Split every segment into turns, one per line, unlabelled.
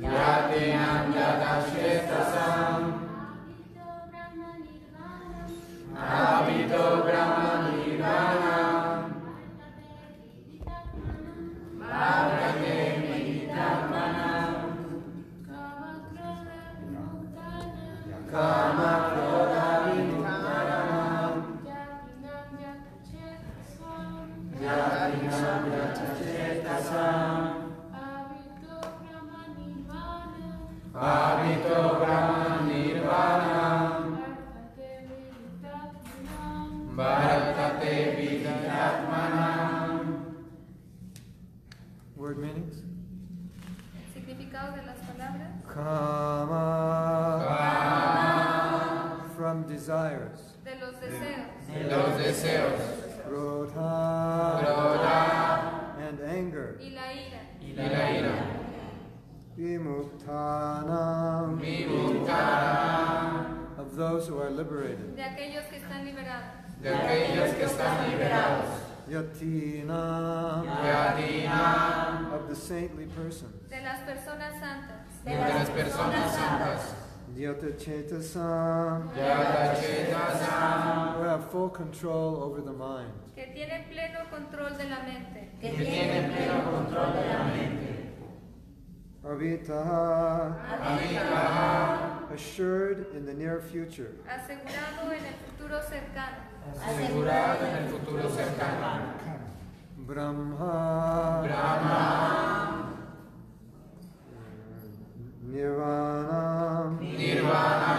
Yatinam yatashreshtasam Abhito Brahma Nirvanam Bhavrate Meditammanam Kama Krodha Vimuktaranam Yatinam yatashreshtasam Abhito Brahma Nirvanam Bhartate Vidyatmanam
Word meanings?
Significado de las palabras
Kama. From desires.
de los deseos,
Los deseos,
Krodha.
Krodha
And anger.
y la ira,
y la ira
Vimuktanam.
Vimuktanam
Of those who are liberated.
de aquellos que están liberados,
De aquellos que están liberados
Yatinam.
Yatinam
Of the saintly person.
de las personas santas,
De las personas santas
Yatachetasam.
Yatachetasam
Who have full control over the mind.
que tienen pleno control de la mente,
Que tienen pleno control de la mente
Avitaha.
Avitaha
Assured in the near future.
asegurado en el futuro cercano,
Asegurado en el futuro cercano
Brahma.
Brahma
Nirvana.
Nirvana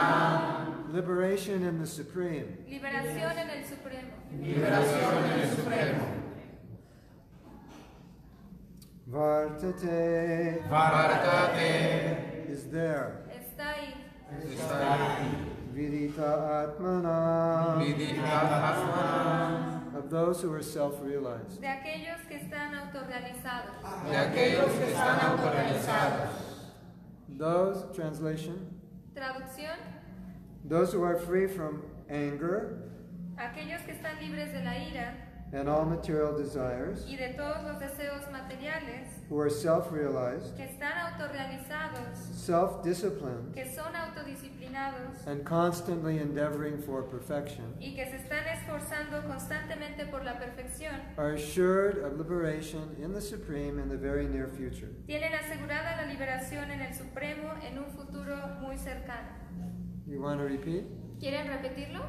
Liberation in the supreme.
liberación en el Supremo,
Liberación en el Supremo
Vartate.
Bhartate
is there.
está ahí,
está ahí.
Vidita Atmana,
Vidita Atmanam,
of those who are self realized.
de aquellos que están autorrealizados,
de aquellos que están autorizados,
Those, translation,
traducción,
those who are free from anger
aquellos que están libres de la ira
and all material desires,
y de todos los deseos materiales,
who are self realized,
que están autorrealizados,
self disciplined,
que son autodisciplinados,
and constantly endeavoring for perfection,
y que se están esforzando constantemente por la perfección,
are assured of liberation in the supreme in the very near future.
tienen asegurada la liberación en el Supremo en un futuro muy cercano.
You want to repeat?
¿Quieren repetirlo?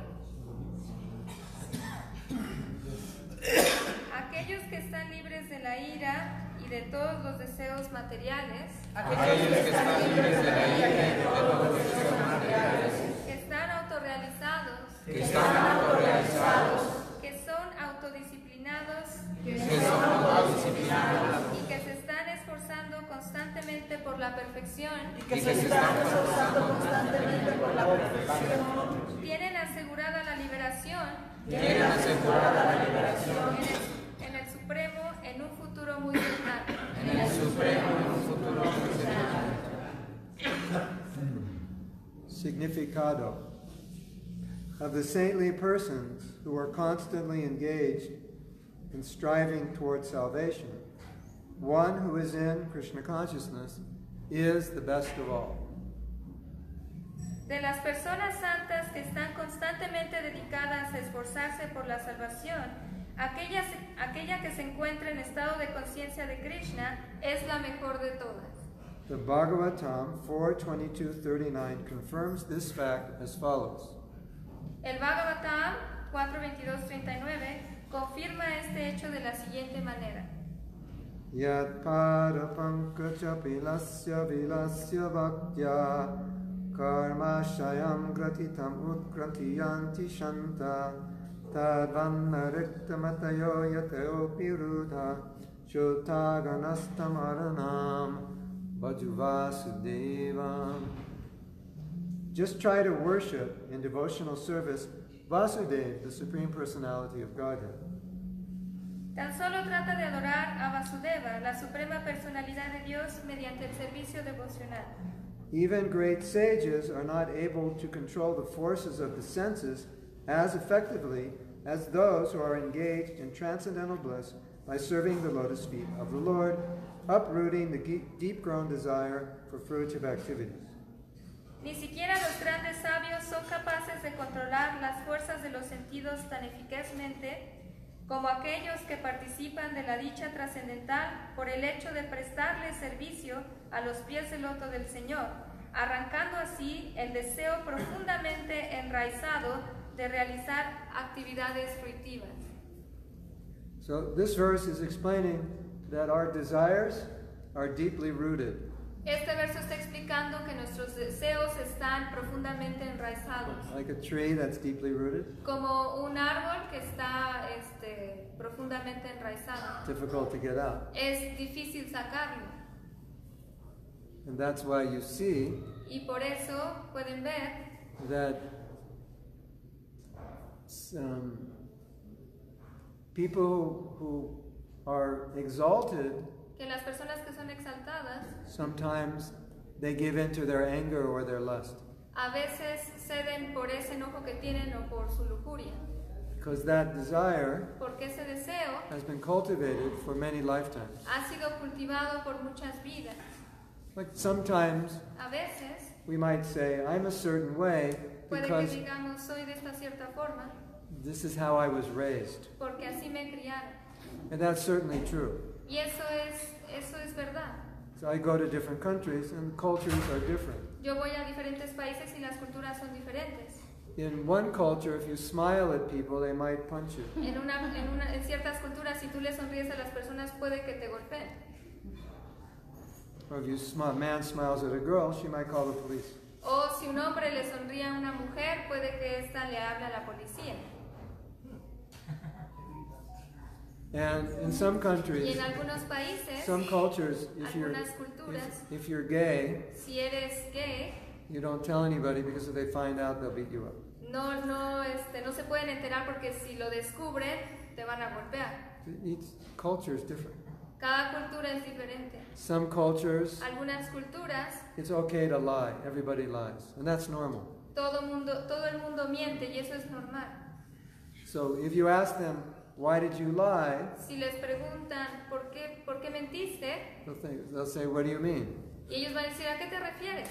Aquellos que están libres de la ira y de todos los deseos materiales,
aquellos que están libres de la ira y de los deseos materiales,
que están autorrealizados,
que están autorizados,
que son autodisciplinados
que son autodisciplinados
y que se están esforzando constantemente por la perfección,
y que se están esforzando constantemente por la perfección,
tienen asegurada la liberación
quieren asegurar la liberación
en el- en el Supremo en un futuro muy cercano.
en el Supremo en un futuro muy cercano.
Significado of the saintly persons who are constantly engaged in striving toward salvation, one who is in Krishna consciousness is the best of all.
De las personas santas que están constantemente dedicadas a esforzarse por la salvación, aquella, aquella que se encuentra en estado de conciencia de Krishna es la mejor de todas.
The Bhagavatam 4.22.39 confirms this fact as follows.
El Bhagavatam 4.22.39 confirma este hecho de la siguiente manera.
Yat pada pankacha pilasya vilasya bhaktya karma shayam gratitam utkratiyanti shanta tadvanna riktamatayo yateo piruta chutaganastamaranaam vajuvasudevam Just try to worship in devotional service Vasudev, the Supreme Personality of Godhead.
Tan solo trata de adorar a Vasudeva, la suprema personalidad de Dios, mediante el servicio devocional.
Even great sages are not able to control the forces of the senses as effectively as those who are engaged in transcendental bliss by serving the lotus feet of the Lord, uprooting the deep grown desire for fruitive activities.
Ni siquiera los grandes sabios son capaces de controlar las fuerzas de los sentidos tan eficazmente como aquellos que participan de la dicha trascendental por el hecho de prestarle servicio a los pies del loto del Señor, arrancando así el deseo profundamente enraizado de realizar actividades fruitivas.
So, this verse is explaining that our desires are deeply rooted.
Este verso está explicando que nuestros deseos están profundamente enraizados,
Like a tree that's deeply rooted,
como un árbol que está este, profundamente enraizado.
difficult to get out.
Es difícil sacarlo
And that's why you see
y por eso pueden ver
that um, people who are exalted
que las personas que son exaltadas
sometimes they give in to their anger or their lust
a veces ceden por ese enojo que tienen o por su lujuria,
because that desire
porque ese deseo
has been cultivated for many lifetimes.
ha sido cultivado por muchas vidas.
Like sometimes
A veces
we might say, I'm a certain way
puede que
because
digamos soy de esta cierta forma
this is how I was raised.
porque así me criaron.
And that's certainly true.
Y eso es, eso es verdad.
So I go to different countries and cultures are different.
Yo voy a diferentes países y las culturas son diferentes.
In one culture, if you smile at people, they might punch you.
En, una, en, una- en ciertas culturas, si tú le sonríes a las personas, puede que te golpeen.
Or if you smi- a man smiles at a girl, she might call the police.
O si un hombre le sonríe a una mujer, puede que ésta le hable a la policía.
And in some
Y
countries,
en algunos países,
some cultures, if you're
algunas culturas,
if, if you're gay,
si eres gay,
you don't tell anybody because if they find out, they'll beat you up.
no, no, este, no se pueden enterar porque si lo descubren, te van a golpear.
Each culture is different.
Cada cultura es diferente.
Some cultures,
Algunas culturas,
it's okay to lie. Everybody lies, and that's normal.
todo, mundo, todo el mundo miente y eso es normal.
So if you ask them, "Why did you lie?"
Si les preguntan por qué, por qué mentiste,
they'll, think, they'll say, "What do you mean?"
y ellos van a decir, ¿a qué te refieres?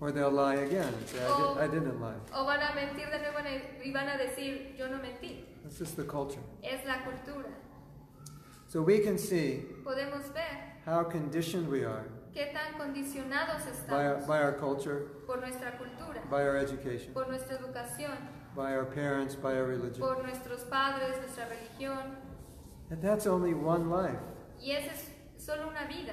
Or they'll lie again and say, "I, did, I didn't lie."
O van a mentir de nuevo en el- y van a decir, yo no mentí.
That's just the culture.
Es la cultura.
So we can see
Podemos ver
how conditioned we are
qué tan condicionados
by our,
estamos
by our culture,
por nuestra cultura,
by our education,
por nuestra educación,
by our parents, by our religion.
por nuestros padres, nuestra religión.
And that's only one life.
Y esa es solo una vida.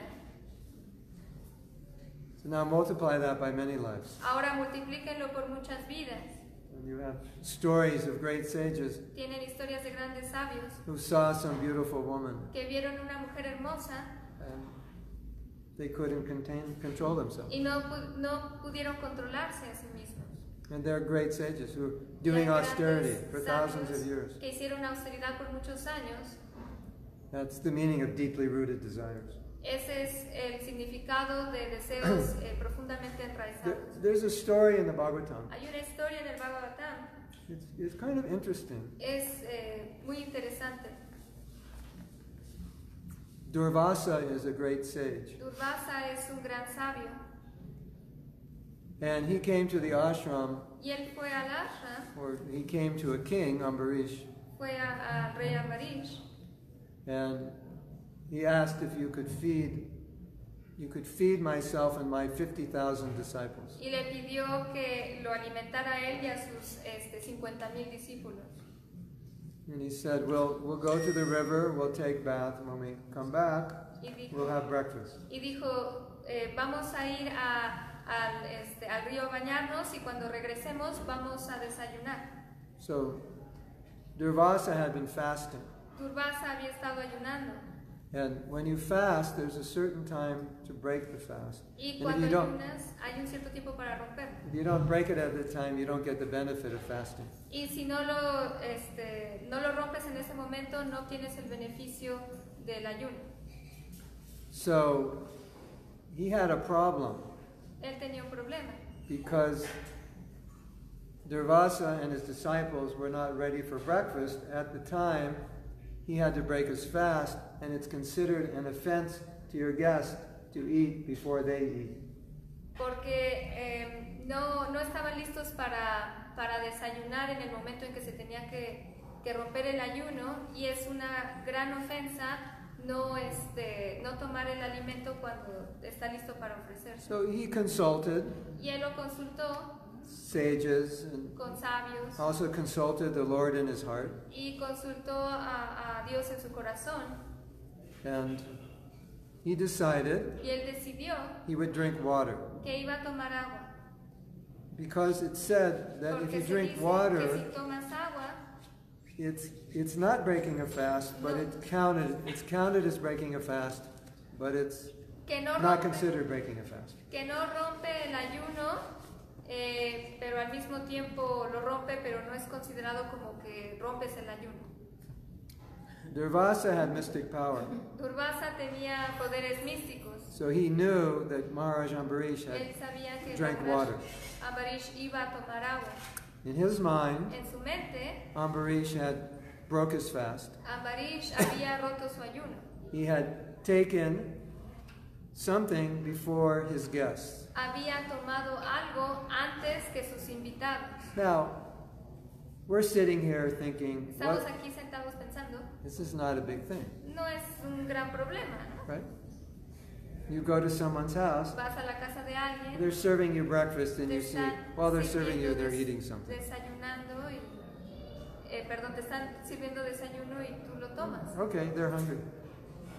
So now multiply that by many lives.
Ahora multiplíquenlo por muchas vidas.
And you have stories of great sages
Tienen historias de grandes sabios
who saw some beautiful woman
que vieron una mujer hermosa
and they couldn't contain, control themselves.
y no, pu- no pudieron controlarse a sí mismos.
And there are great sages who are
Y hay
doing
grandes
austerity for
sabios
thousands of years.
Que hicieron austeridad por muchos años.
That's the meaning of deeply rooted desires.
Ese es el significado de deseos eh, profundamente enraizados.
There, there's a story in the Bhagavatam.
Hay una historia en el Bhagavatam,
It's, it's kind of interesting.
es eh, muy interesante.
Durvasa is a great sage,
Durvasa es un gran sabio
and he came to the ashram,
y él fue al ashram,
or he came to a king, Ambarish,
fue a- al rey Ambarish
and he asked if you could feed, you could feed myself and my fifty thousand disciples.
y le pidió que lo alimentara a él y a sus este, 50.000 discípulos.
And he said, "We'll we'll go to the river, we'll take bath, and when we come back,
Y dijo,
we'll have breakfast."
y dijo eh, vamos a ir a- al, este, al río a bañarnos y cuando regresemos vamos a desayunar.
So, Durvasa had been fasting,
Durvasa había estado ayunando
and when you fast, there's a certain time to break the fast.
y
And
cuando
if you don't,
ayunas hay un cierto tiempo para romperlo.
if you don't break it at the time, you don't get the benefit of fasting.
Y si no lo, este, no lo rompes en ese momento no obtienes el beneficio del ayuno.
So he had a problem
Él tenía un problema
because Durvasa and his disciples were not ready for breakfast at the time He had to break his fast, and it's considered an offense to your guest to eat before they eat.
porque eh, no, no estaban listos para, para desayunar en el momento en que se tenía que, que romper el ayuno y es una gran ofensa no, este, no tomar el alimento cuando está listo para ofrecerse.
So he consulted
Y él lo consultó
sages and
con sabios
also consulted the Lord in his heart.
y consultó a, a Dios en su corazón
And he decided
y él decidió
he would drink water
que iba a tomar agua.
because it said that if
Porque
you
se
drink
dice que
water,
si tomas agua,
it's it's not breaking a fast, but it counted it's counted as breaking a fast, but it's
que no
not
rompes-
considered breaking a fast.
que no rompe el ayuno, eh, pero al mismo tiempo lo rompe, pero no es considerado como que rompes el ayuno.
Durvasa had mystic power,
Durvasa tenía poderes místicos.
so he knew that Maharaj Ambarish
Él
had,
sabía que
Drank
Ambarish-
water.
Ambarish iba a tomar agua.
in his mind,
En su mente,
Ambarish had broke his fast.
Ambarish había roto su ayuno.
He had taken something before his guests.
Había tomado algo antes que sus invitados.
Now, we're sitting here thinking,
Estamos
what?
aquí sentados pensando,
This is not a big thing,
no es un gran problema, ¿no?
right? You go to someone's house,
Vas a la casa de alguien.
they're serving you breakfast, and
Te
you see,
están
while they're
sirviendo
serving you, they're
des-
eating something.
Desayunando y. eh, perdón, te están sirviendo desayuno y tú lo tomas.
Okay, they're hungry.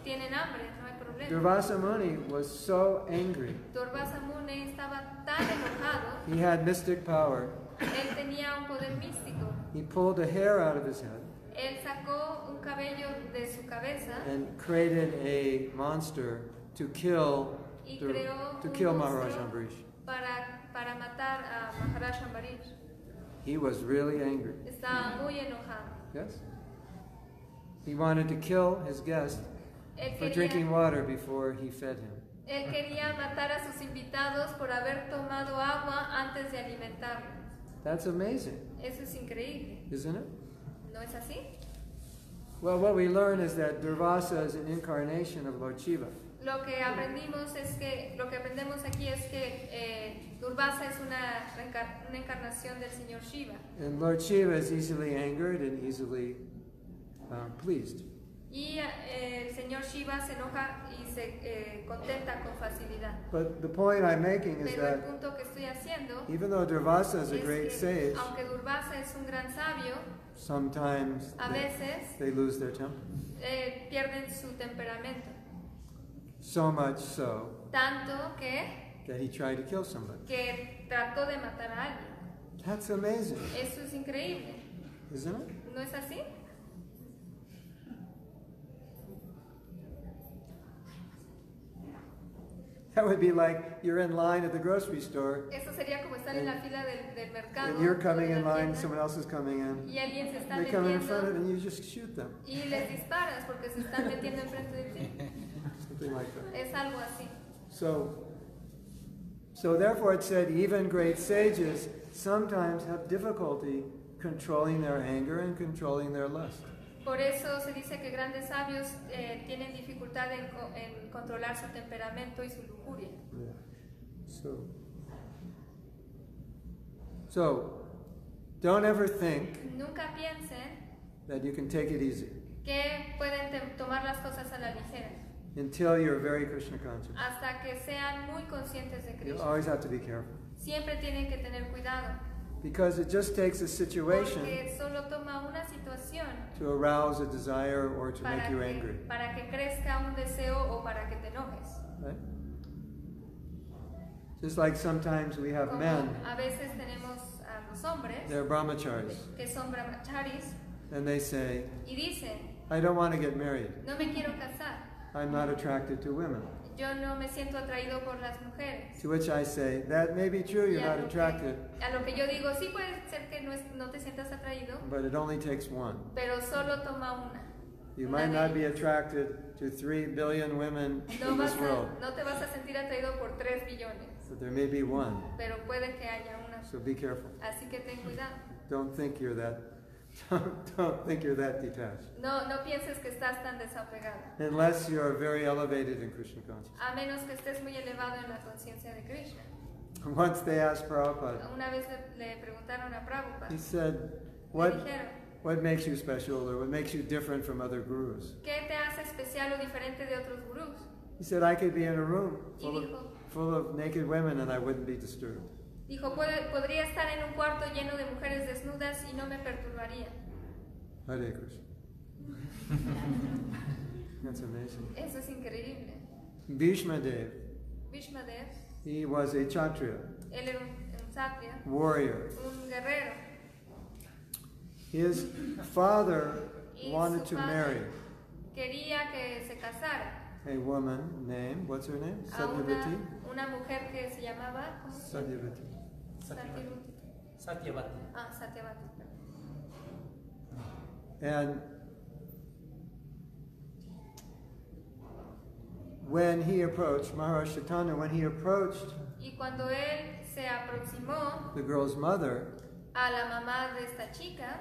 Tienen hambre, no hay problema.
Durvasa Muni was so angry.
Durvasa Mune estaba tan enojado,
He had mystic power.
él tenía un poder místico.
He pulled a hair out of his head
Él sacó un cabello de su cabeza
and created a monster to kill
y
Dur-
creó
to
un
kill Maharaj
monstruo
Ambarish.
para, para matar a Maharaj Ambarish.
He was really angry.
Estaba muy enojado.
Yes? He wanted to kill his guest
Él
for
quería,
drinking water before he fed him.
él quería matar a sus invitados por haber tomado agua antes de alimentarlos.
That's amazing,
Eso es increíble,
isn't it?
¿no es así?
Well, what we learn is that Durvasa is an incarnation of Lord Shiva.
Lo que aprendimos es que, lo que aprendemos aquí es que eh, Durvasa es una, reencar- una encarnación del señor Shiva
And Lord Shiva is easily angered and easily uh, pleased.
y eh, el señor Shiva se enoja y se eh, contenta con facilidad.
But the point I'm making is
Pero el
that
punto que estoy haciendo
even though Durvasa is a
es
great
que,
sage,
aunque Durvasa es un gran sabio,
sometimes
a
they,
veces
they lose their temper.
eh, pierden su temperamento.
So much so
Tanto que,
that he tried to kill somebody.
que trató de matar a alguien.
That's amazing,
Eso es increíble,
isn't it?
¿no es así?
That would be like you're in line at the grocery store
Eso sería como estar en la fila del, del mercado.
and you're
o de
coming
la
in line,
tienda,
someone else is coming in.
Y alguien se está
They come in front of
metiendo
and you just shoot them,
y les disparas porque se están metiendo enfrente de ti.
something like that.
Es algo así.
So, so therefore it said even great sages sometimes have difficulty controlling their anger and controlling their lust.
Por eso se dice que grandes sabios eh, tienen dificultad en, co- en controlar su temperamento y su lujuria.
Yeah. So, so don't ever think
Nunca piensen
that you can take it easy
que pueden te- tomar las cosas a la ligera
until you're very Krishna conscious.
hasta que sean muy conscientes de
You
Krishna.
always have to be careful.
Siempre tienen que tener cuidado
Because it just takes a situation
porque solo toma una situación
to arouse a desire or to
para
make you
que,
angry.
para que crezca un deseo o para que te enojes.
Right? Just like sometimes we have
Como
men,
a veces tenemos a los hombres
they're brahmacharis,
que son brahmacharis
and they say,
y dicen,
I don't want to get married.
no me quiero casar,
I'm not attracted to women.
yo no me siento atraído por las mujeres.
To which I say, That may be true,
Y
you're
a,
not
lo que,
attracted,
a lo que yo digo, sí puede ser que no, es- no te sientas atraído,
but it only takes one.
pero solo toma una.
You
Una
might not
de
be attracted to three billion women
No,
in
vas
this
a-
world,
no te vas a sentir atraído por 3 billones,
but there may be one.
pero puede que haya una.
So be careful.
Así que ten cuidado.
Don't think you're that Don't, don't think you're that detached.
No, no pienses que estás tan desapegada,
Unless you're very elevated in Krishna consciousness.
a menos que estés muy elevado en la conciencia de Krishna.
Once they asked Prabhupada,
Una vez le, le preguntaron a Prabhupada,
he said,
le
what,
dijeron,
what makes you special or what makes you different from other gurus?
¿qué te hace especial o diferente de otros gurús?
He said, I could be in a room full of,
Y dijo-
full of naked women and I wouldn't be disturbed.
Dijo, "Puede- podría estar en un cuarto lleno de mujeres desnudas y no me perturbaría.
Hare Krishna. That's amazing.
Eso es increíble.
Bhishma Dev,
Vishmadev,
he was a Kshatriya,
él era un, un satria,
warrior.
un guerrero,
His father
y
wanted to
su padre
marry
quería que se casara
a woman named, what's her name?
a
Satyavati?
una, una mujer que se llamaba ¿cómo se llama?
Satyavati.
Satyavati.
Satyavati.
Ah, Satyavati. perdón.
And when he approached Maharaj Chaitanya, when he approached
Y cuando él se aproximó
the girl's mother,
a la mamá de esta chica,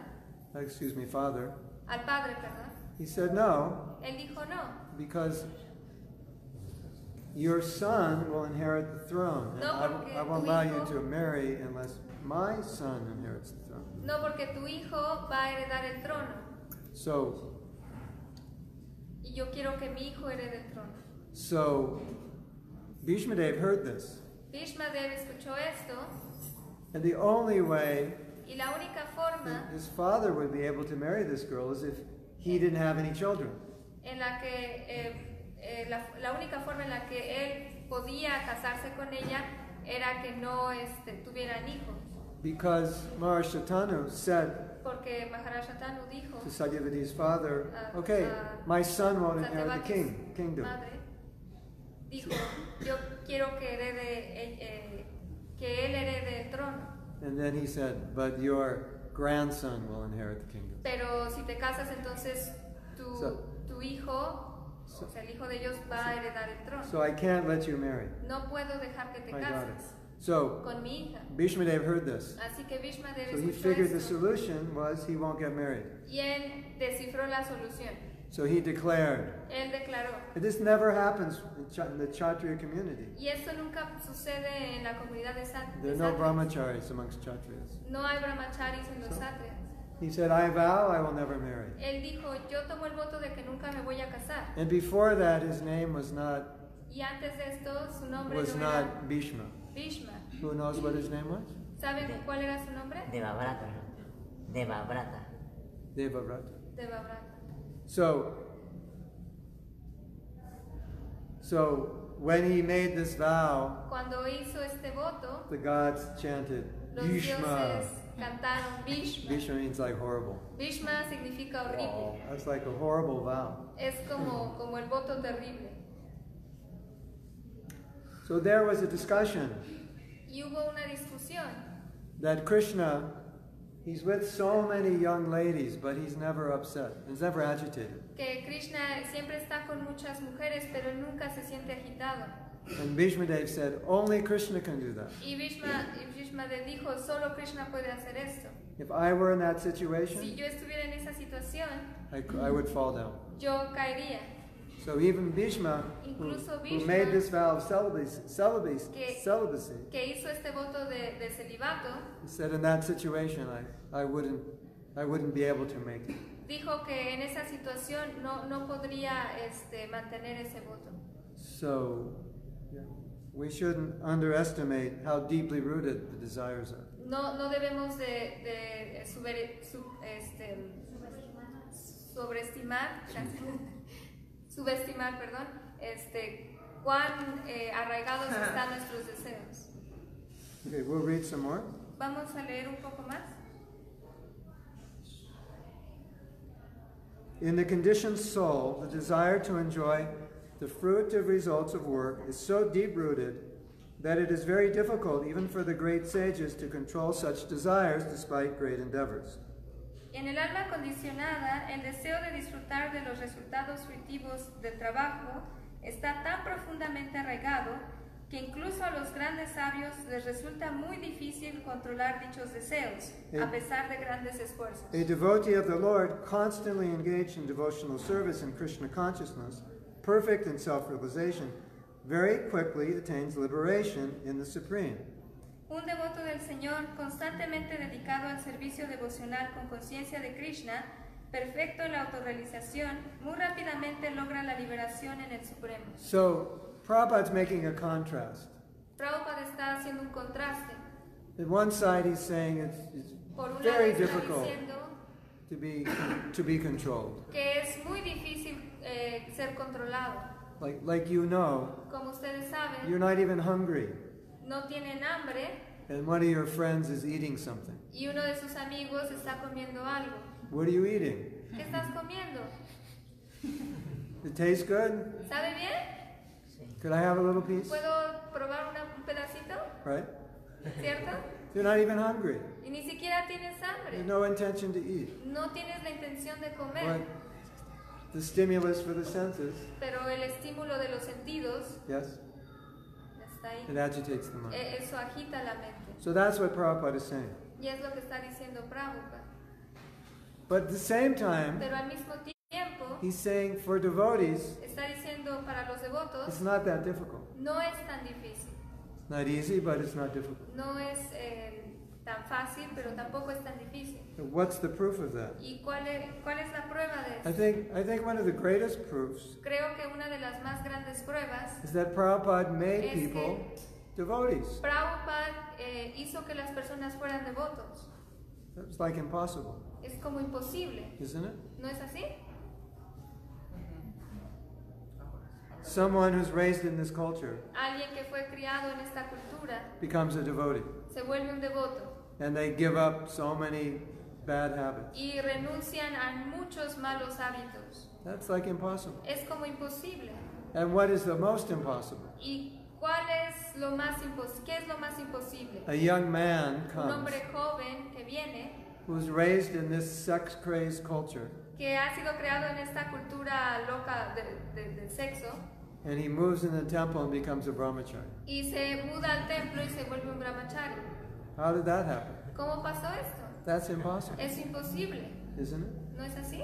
excuse me, father,
al padre, perdón,
he said, No,
él dijo no,
because your son will inherit the throne. And
No,
I,
porque
I won't
tu
allow
hijo-
you to marry unless my son inherits the throne.
no porque tu hijo va a heredar el trono
So,
y yo quiero que mi hijo herede el trono.
so Bhishmadev heard this.
Vishmadev escuchó esto
And the only way
y la única forma
that his father would be able to marry this girl is if he didn't have any children.
en la que eh, eh, la, la única forma en la que él podía casarse con ella era que no este, tuvieran hijos,
Because Maharaj Chaitanya said
porque Maharaja Tanu dijo,
to Satyavati's father,
Uh,
okay,
uh,
my son won't inherit the
Satyavati's
king, kingdom.
madre, dijo, yo quiero que herede, eh, eh, que él herede el trono,
And then he said, but your grandson will inherit the kingdom.
pero si te casas entonces tu,
So-
tu hijo,
So-
o sea, el hijo de ellos va a heredar el trono.
So I can't let you marry
no puedo dejar que te
my daughter.
cases
So
con mi hija.
Bhishmadev heard this.
Así que Vishmadev
So he
escuchó
figured the
esto.
solution was he won't get married.
Y él descifró la solución.
So he declared.
Él declaró,
And This never happens in Cha- in the Kshatriya community.
y esto nunca sucede en la comunidad de Sat.
There
de
are no
sátridas.
brahmacharis amongst Kshatriyas.
No hay brahmacharis en los sátridas.
He said, I vow I will never marry.
Él dijo, yo tomo el voto de que nunca me voy a casar.
And before that, his name was not
Y antes de esto, su nombre
was
no era
not Bhishma.
Bhishma.
Who knows what his name was?
¿Saben cuál era su nombre?
Devabrata. Devabrata.
Devavrata.
Devabrata.
So, so when he made this vow,
Cuando hizo este voto,
the gods chanted
los
Bhishma.
dioses cantaron Bhishma.
Bhishma means like horrible.
Bhishma significa horrible.
That's like a horrible vow.
Es como, como el voto terrible.
So there was a discussion
Y hubo una discusión
that Krishna, he's with so many young ladies, but he's never upset. He's never agitated.
que Krishna siempre está con muchas mujeres, pero él nunca se siente agitado.
And Bhishmadev said, only Krishna can do that.
Y Bhishma, y Bhishma le dijo, solo Krishna puede hacer esto.
If I were in that
Si
situation,
yo estuviera en esa situación,
I, I would fall down.
yo caería.
So even Bhishma, who,
Incluso
who
Bhishma.
made this vow of celibacy, celibacy,
Que-
celibacy,
Que hizo este voto de, de celibato,
he said, in that situation, I, I wouldn't, I wouldn't be able to make it.
dijo que en esa situación no, no podría este, mantener ese voto.
So, we shouldn't underestimate how deeply rooted the desires are.
No, no debemos de, de eh, subere- sub- este, sobreestimar, subestimar, perdón, este, cuán eh, arraigados están nuestros deseos.
Okay, we'll read some more.
Vamos a leer un poco más.
In the conditioned soul, the desire to enjoy the fruitive results of work is so deep rooted that it is very difficult, even for the great sages, to control such desires despite great endeavors.
En el alma condicionada, el deseo de disfrutar de los resultados fructivos del trabajo está tan profundamente arraigado que que incluso a los grandes sabios les resulta muy difícil controlar dichos deseos,
Eh.
a pesar de grandes esfuerzos.
A devotee of the Lord, constantly engaged in devotional service and Krishna consciousness, perfect in self realization, very quickly attains liberation in the Supreme.
Un devoto del Señor, constantemente dedicado al servicio devocional con conciencia de Krishna, perfecto en la autorrealización, muy rápidamente logra la liberación en el Supremo.
So, Prabhupada's making a contrast.
Prabhupada está haciendo un contraste.
On one side, he's saying it's, it's
Por un lado
very
está
difficult
diciendo
to be, to be controlled.
que es muy difícil eh, ser controlado.
Like, like you know,
Como ustedes
you're
saben,
not even hungry,
no tienen hambre
and one of your friends is eating something.
y uno de sus amigos está comiendo algo.
What are you eating?
¿Qué estás comiendo?
It tastes good?
¿Sabe bien?
sí.
Could I have a little piece?
¿Puedo probar una- un pedacito?
Right?
¿Cierto?
You're not even hungry.
Y ni siquiera tienes
You have
hambre.
no intention to eat.
No tienes la intención de
But
comer,
the stimulus for the senses,
pero el estímulo de los sentidos
yes,
está ahí.
it agitates the mind.
E- Eso agita la mente.
So that's what Prabhupada is saying.
Y es lo que está diciendo Prabhupada.
But at the same time,
Pero al mismo tiempo
he's saying for devotees,
está diciendo para los
it's
devotos,
not that difficult.
no es tan difícil.
It's not easy, but it's not difficult.
No es eh, tan fácil, pero tampoco es tan difícil.
So What's the proof of that?
¿Y cuál es, cuál es la prueba de
I
eso?
think, I think one of the greatest proofs
Creo que una de las más grandes pruebas,
is that Prabhupada made
Es que-
people devotees.
Prabhupada eh, hizo que las personas fueran devotos.
That was like impossible,
Es como imposible.
isn't it?
¿No es así?
Someone who's raised in this culture
Alguien que fue criado en esta cultura
becomes a devotee,
se vuelve un devoto
and they give up so many bad habits.
y renuncian a muchos malos hábitos.
That's like impossible.
Es como imposible.
And what is the most impossible?
¿Y cuál es lo más impos qué es lo más imposible?
A young man
Un
comes
hombre joven que viene,
who's raised in this sex crazed culture,
que ha sido creado en esta cultura loca de- de- del sexo,
and he moves in the temple and becomes a brahmachari.
y se muda al templo y se vuelve un brahmachari.
How did that happen?
¿Cómo pasó esto?
That's impossible,
Es imposible,
isn't it?
¿no es así?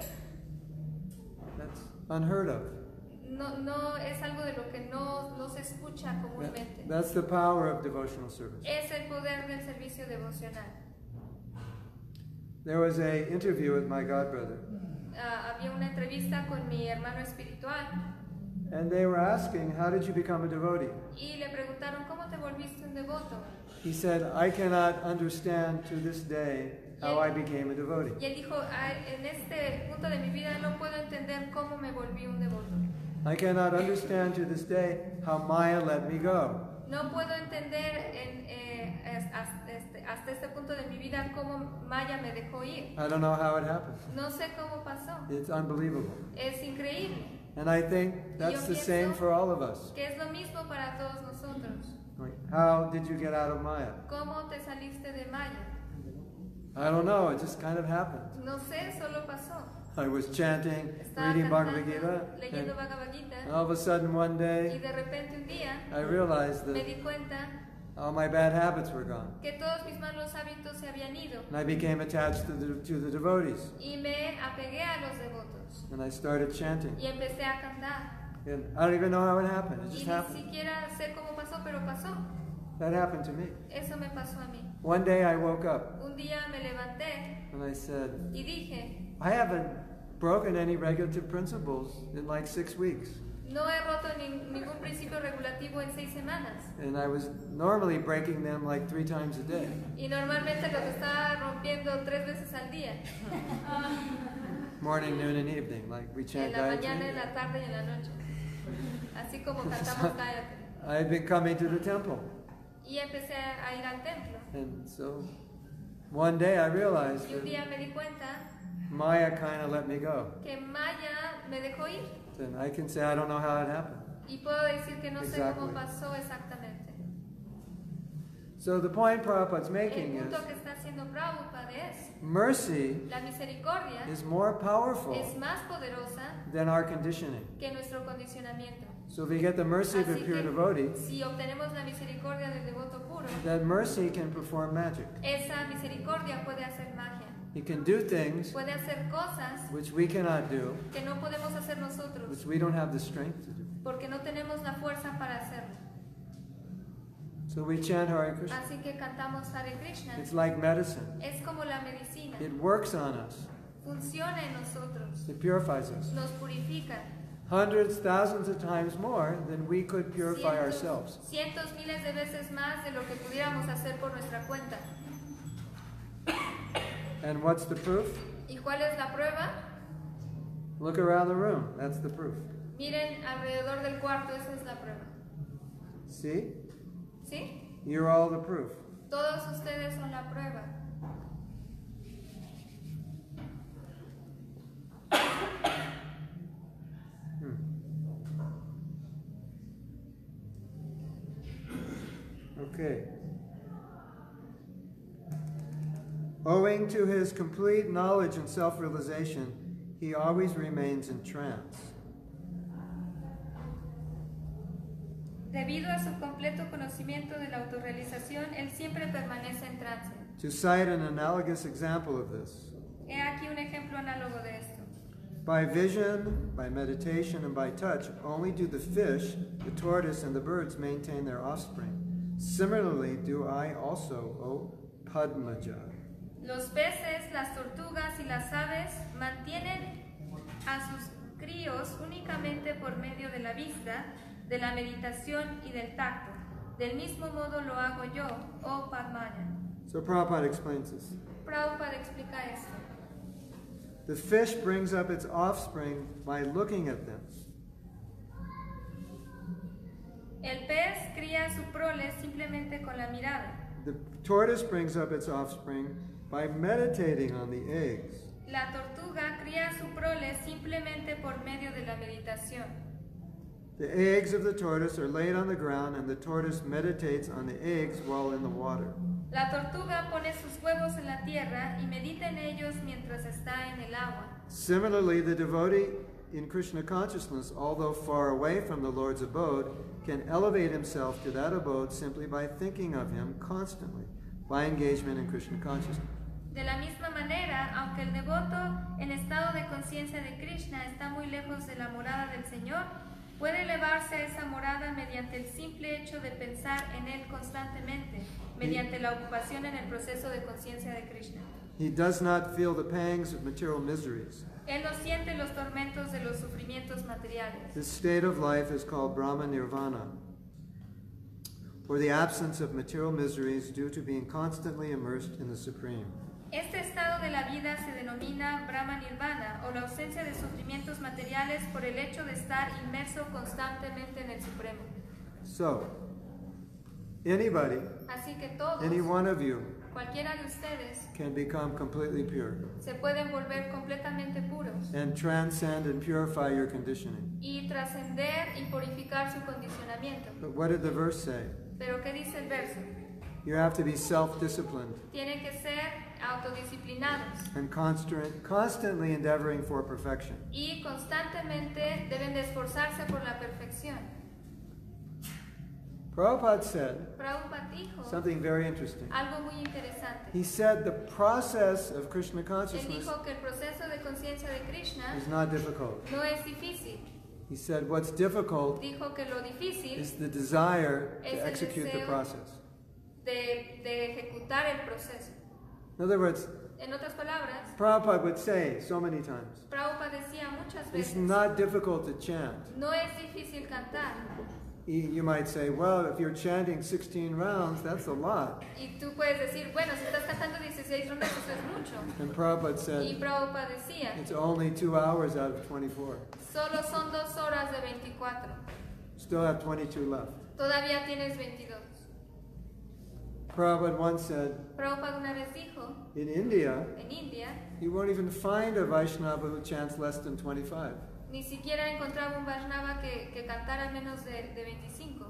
That's unheard of.
No, no es algo de lo que no, no se escucha
That-
comúnmente.
that's the power of devotional service.
Es el poder del servicio devocional.
There was a interview with my godbrother,
Ah, había una entrevista con mi hermano espiritual
and they were asking, "How did you become a devotee?"
y le preguntaron cómo te volviste un devoto.
He said, "I cannot understand to this day how I became a devotee."
Y él dijo, "Ah, en este punto de mi vida no puedo entender cómo me volví un devoto.
I cannot understand to this day how Maya let me go.
No puedo entender en, eh, es- hasta, este, hasta este punto de mi vida cómo Maya me dejó ir.
I don't know how it happened.
No sé cómo pasó.
It's unbelievable.
Es increíble.
And I think that's the same for all of us.
Que es lo mismo para todos nosotros.
Like, how did you get out of Maya?
¿Cómo te saliste de Maya?
I don't know, it just kind of happened.
No sé, solo pasó.
I was chanting,
Estaba
reading Bhagavad Gita, ¿eh? Ah,
cantando,
and
leyendo Bhagavad Gita
all of a sudden one
y
day
de repente un día
I realized
me
that
di cuenta
all my bad habits were gone.
que todos mis malos hábitos se habían ido
And I became attached to the, to the devotees.
y me apegué a los devotos
And I started chanting.
y empecé a cantar
And I don't even know how it happened, it
y
just
ni
happened.
siquiera sé cómo pasó, pero pasó.
That happened to me.
Eso me pasó a mí.
One day I woke up
Un día me levanté
and I said,
y dije,
I haven't broken any regulative principles in like six weeks.
no he roto nin- ningún principio regulativo en seis semanas
And I was normally breaking them like three times a day.
y normalmente los estaba rompiendo tres veces al día,
Morning, noon, and evening. Like we
en
chant
la mañana,
Gayatri.
en la tarde y en la noche. Así como cantamos Gayatri.
I had been coming to the temple.
Y empecé a ir al templo.
And so one day I realized
Y un
that
día me di cuenta
Maya kind of let me go.
que Maya me dejó ir.
Then I can say I don't know how it happened.
Y puedo decir que no sé
Exactly.
cómo pasó exactamente.
So the point Prabhupada's
El
making is
punto que está haciendo Prabhupada es,
mercy
la misericordia
is more powerful
es más poderosa
than our conditioning.
que nuestro condicionamiento.
So if we get the mercy of a
Así
pure
que,
devotee,
si obtenemos la misericordia del devoto puro,
that mercy can perform magic.
esa misericordia puede hacer magia.
It can do things
Puede hacer cosas
which we cannot do,
que no podemos hacer
which
nosotros
we don't have the strength to do.
porque no tenemos la fuerza para hacerlo.
So we chant Hare Krishna.
Así que cantamos Hare Krishna.
It's like medicine.
Es como la medicina.
It works on us.
Funciona en nosotros.
It purifies us.
Nos purifica.
Hundreds, thousands of times more than we could purify
Cientos-
ourselves.
Cientos miles de veces más de lo que pudiéramos hacer por nuestra cuenta.
And what's the proof?
¿Y cuál es la prueba?
Look around the room. That's the proof.
Miren alrededor del cuarto, esa es la prueba.
See?
¿Sí?
You're all the proof.
Todos ustedes son la prueba.
Okay. Owing to his complete knowledge and self realization, he always remains in trance.
Debido a su completo conocimiento de la autorrealización, él siempre permanece en trance.
To cite an analogous example of this,
He aquí un ejemplo análogo de esto.
by vision, by meditation, and by touch, only do the fish, the tortoise, and the birds maintain their offspring. Similarly, do I also, O Padmaja.
Los peces, las tortugas y las aves mantienen a sus críos únicamente por medio de la vista, de la meditación y del tacto. Del mismo modo lo hago yo, oh Padmaya.
So Prabhupada explains this.
Prabhupada explica esto.
The fish brings up its offspring by looking at them.
El pez cría a su prole simplemente con la mirada.
The tortoise brings up its offspring by meditating on the eggs.
La tortuga cría a su prole simplemente por medio de la meditación.
The eggs of the tortoise are laid on the ground, and the tortoise meditates on the eggs while in the water.
La tortuga pone sus huevos en la tierra y medita en ellos mientras está en el agua.
Similarly, the devotee in Krishna consciousness, although far away from the Lord's abode, can elevate himself to that abode simply by thinking of him constantly, by engagement in Krishna consciousness.
De la misma manera, aunque el devoto en estado de conciencia de Krishna está muy lejos de la morada del Señor, puede elevarse a esa morada mediante el simple hecho de pensar en Él constantemente, mediante la ocupación en el proceso de conciencia de Krishna.
He does not feel the pangs of material miseries.
Él no siente los tormentos de los sufrimientos materiales.
This state of life is called Brahma Nirvana, or the absence of material miseries due to being constantly immersed in the Supreme.
Este estado de la vida se denomina Brahma Nirvana o la ausencia de sufrimientos materiales por el hecho de estar inmerso constantemente en el Supremo.
So, anybody,
Así que todos,
any one of you,
cualquiera de ustedes,
can become completely pure
se pueden volver completamente puros
and transcend and purify your conditioning.
y trascender y purificar su condicionamiento.
But what did the verse say?
Pero ¿qué dice el verso?
You have to be self disciplined
Tienen que ser autodisciplinados
and constant, constantly endeavoring for perfection.
y constantemente deben de esforzarse por la perfección.
Prabhupada said
Prabhupada dijo
something very interesting.
algo muy interesante.
He said the process of Krishna
Él
consciousness
dijo que el proceso de conciencia de Krishna
is not difficult.
no es difícil.
He said what's difficult
Dijo que lo
is
difícil
the desire
Es
to
el
execute the
deseo.
process.
de, de ejecutar el proceso.
In other words,
En otras palabras,
Prabhupada would say so many times,
Prabhupada decía muchas
it's
veces,
not difficult to chant.
no es difícil cantar.
Y- You might say, well, if you're chanting 16 rounds, that's a lot.
Y tú puedes decir, bueno, si estás cantando 16 rondas, eso es mucho.
And Prabhupada
Y
said,
Prabhupada decía,
it's only two hours out of 24.
solo son dos horas de 24.
Still have 22 left.
Todavía tienes 22.
Prabhupada once said,
Prabhupada una vez dijo,
in India,
en India,
you won't even find a Vaishnava who chants less than 25.
ni siquiera encontraba un Vaishnava que, que cantara menos de, de 25.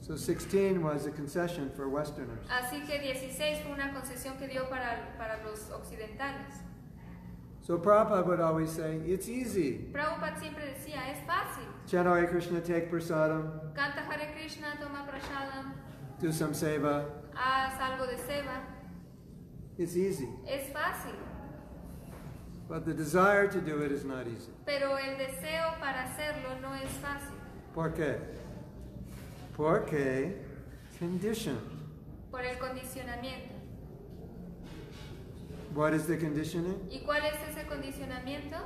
So 16 was a concession for Westerners.
Así que 16 fue una concesión que dio para, para los occidentales.
So Prabhupada would always say, it's easy.
Prabhupada siempre decía, es fácil.
Chant Hare Krishna, take prasadam,
Canta Hare Krishna, toma prashadam,
do some seva.
haz algo de seva.
It's easy.
Es fácil,
But the desire to do it is not easy.
pero el deseo para hacerlo no es fácil.
Por qué? Porque conditioned.
Por el condicionamiento.
What is the conditioning?
¿Y cuál es ese condicionamiento?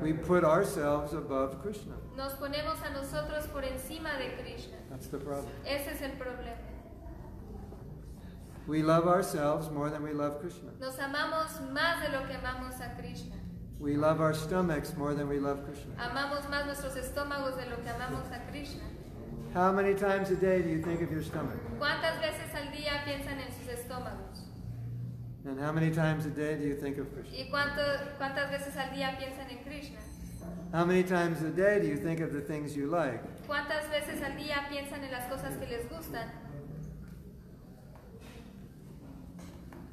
We put ourselves above Krishna.
Nos ponemos a nosotros por encima de Krishna.
That's the problem.
Ese es el problema.
We love ourselves more than we love Krishna.
Nos amamos más de lo que amamos a Krishna.
We love our stomachs more than we love Krishna.
Amamos más nuestros estómagos de lo que amamos a Krishna.
How many times a day do you think of your stomach?
¿Cuántas veces al día piensan en sus estómagos?
And how many times a day do you think of Krishna?
¿Y cuánto, cuántas veces al día piensan en Krishna?
How many times a day do you think of the things you like?
¿Cuántas veces al día piensan en las cosas que les gustan?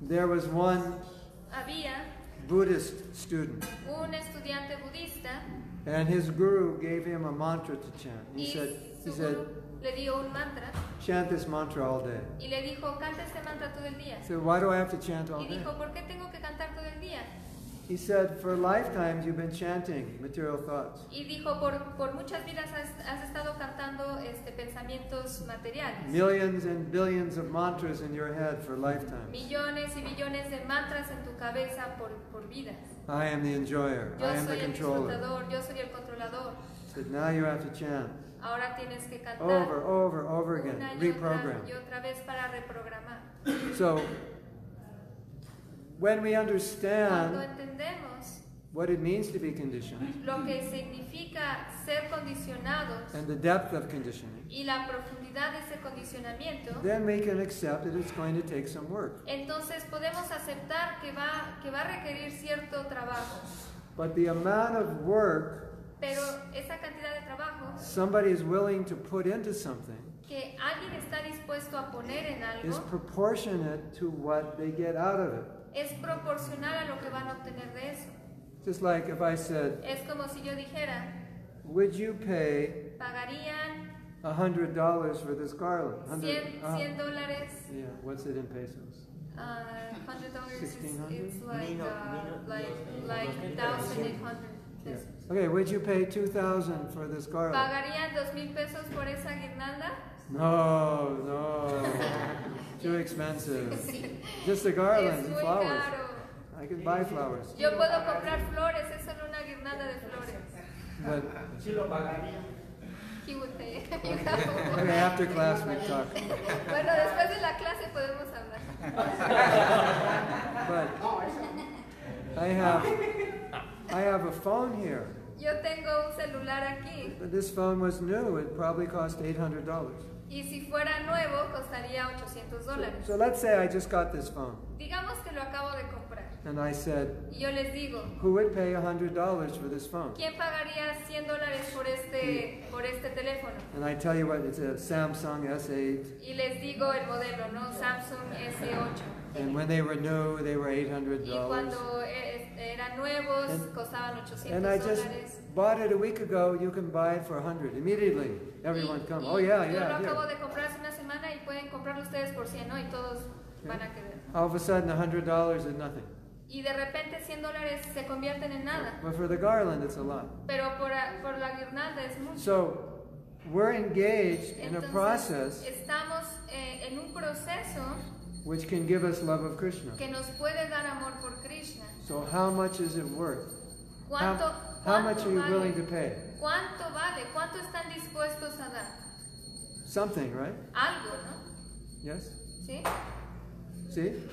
There was one
Había
Buddhist student,
un estudiante budista
and his guru gave him a mantra to chant. He
y
said, he
su
said,
gurú le dio un mantra
chant this mantra all day.
y le dijo, canta este mantra todo el día.
He said, why do I have to chant all
Y
day?
dijo, ¿por qué tengo que cantar todo el día?
He said, for lifetimes you've been chanting material thoughts.
Y dijo, por, por muchas vidas has, has estado cantando este, pensamientos materiales.
Millions and billions of mantras in your head for lifetimes.
Millones y billones de mantras en tu cabeza por, por vidas.
I am the enjoyer. I
Yo
am the
soy el
controller.
disfrutador, yo soy el controlador.
He said, now you have to chant
Ahora tienes que cantar
over, over, over again.
una y otra, y
Reprogram.
otra vez para reprogramar.
So, when we
Cuando
understand
entendemos
what it means to be conditioned
lo que significa ser condicionados
and the depth of conditioning,
y la profundidad de ese condicionamiento,
then we can accept that it's going to take some work.
entonces podemos aceptar que va, que va a requerir cierto trabajo.
But the amount of work
Pero esa cantidad de trabajo
somebody is willing to put into something
que alguien está dispuesto a poner en
is
algo
proportionate to what they get out of it.
es proporcional a lo que van a obtener de eso.
Just like if I said,
Es como si yo dijera,
would you pay
pagarían
a hundred dollars for this garlic?
100,
uh,
100 dólares.
yeah, what's it in pesos?
Uh, 100 dollars is
1600?
it's like,
Mil-
uh,
mil-
like, like 1,800
Yeah.
pesos.
Okay, would you pay two thousand for this garlic?
¿Pagarían dos mil pesos por esa guirnalda?
No, no, too expensive.
Sí.
Just the
Es
garlands and
muy
flowers.
caro.
I can buy flowers,
Yo puedo comprar flores, es solo una guirnalda de flores.
but
Sí lo pagaría.
He would pay.
okay, after class we talk.
bueno, después de la clase podemos hablar.
But I have, I have a phone here.
Yo tengo un celular aquí
But this phone was new. It probably cost eight hundred dollars.
y si fuera nuevo costaría 800 dólares.
So let's say I just got this phone,
Digamos que lo acabo de comprar
and I said,
y yo les digo,
who would pay hundred dollars for this phone?
¿quién pagaría 100 dólares por este, por este teléfono?
And I tell you what, it's a Samsung S8,
Y les digo el modelo, ¿no? Samsung S8.
and when they were new, they were eight hundred
Y
dollars.
cuando e- e- eran nuevos,
And-
costaban
And
800
I just
dólares.
bought it a week ago. You can buy it for a hundred immediately. Everyone
Y-
come.
y
Oh yeah,
Yo lo
yeah,
acabo
yeah.
de comprar hace una semana y pueden comprarlo ustedes por 100, ¿no? Y todos van a querer.
All of a sudden, hundred dollars is nothing.
Y de repente 100 dólares se convierten en nada.
But for the garland, it's a lot.
Pero por, a- por la guirnalda es mucho.
So we're engaged in a
Entonces,
process
estamos eh, en un proceso
which can give us love of Krishna.
que nos puede dar amor por Krishna.
So how much is it worth? How,
¿Cuánto,
how
cuánto
much are you
vale?
willing to pay?
¿Cuánto vale? ¿Cuánto están dispuestos a dar?
Something, right?
Algo, ¿no?
Yes?
¿Sí?
See?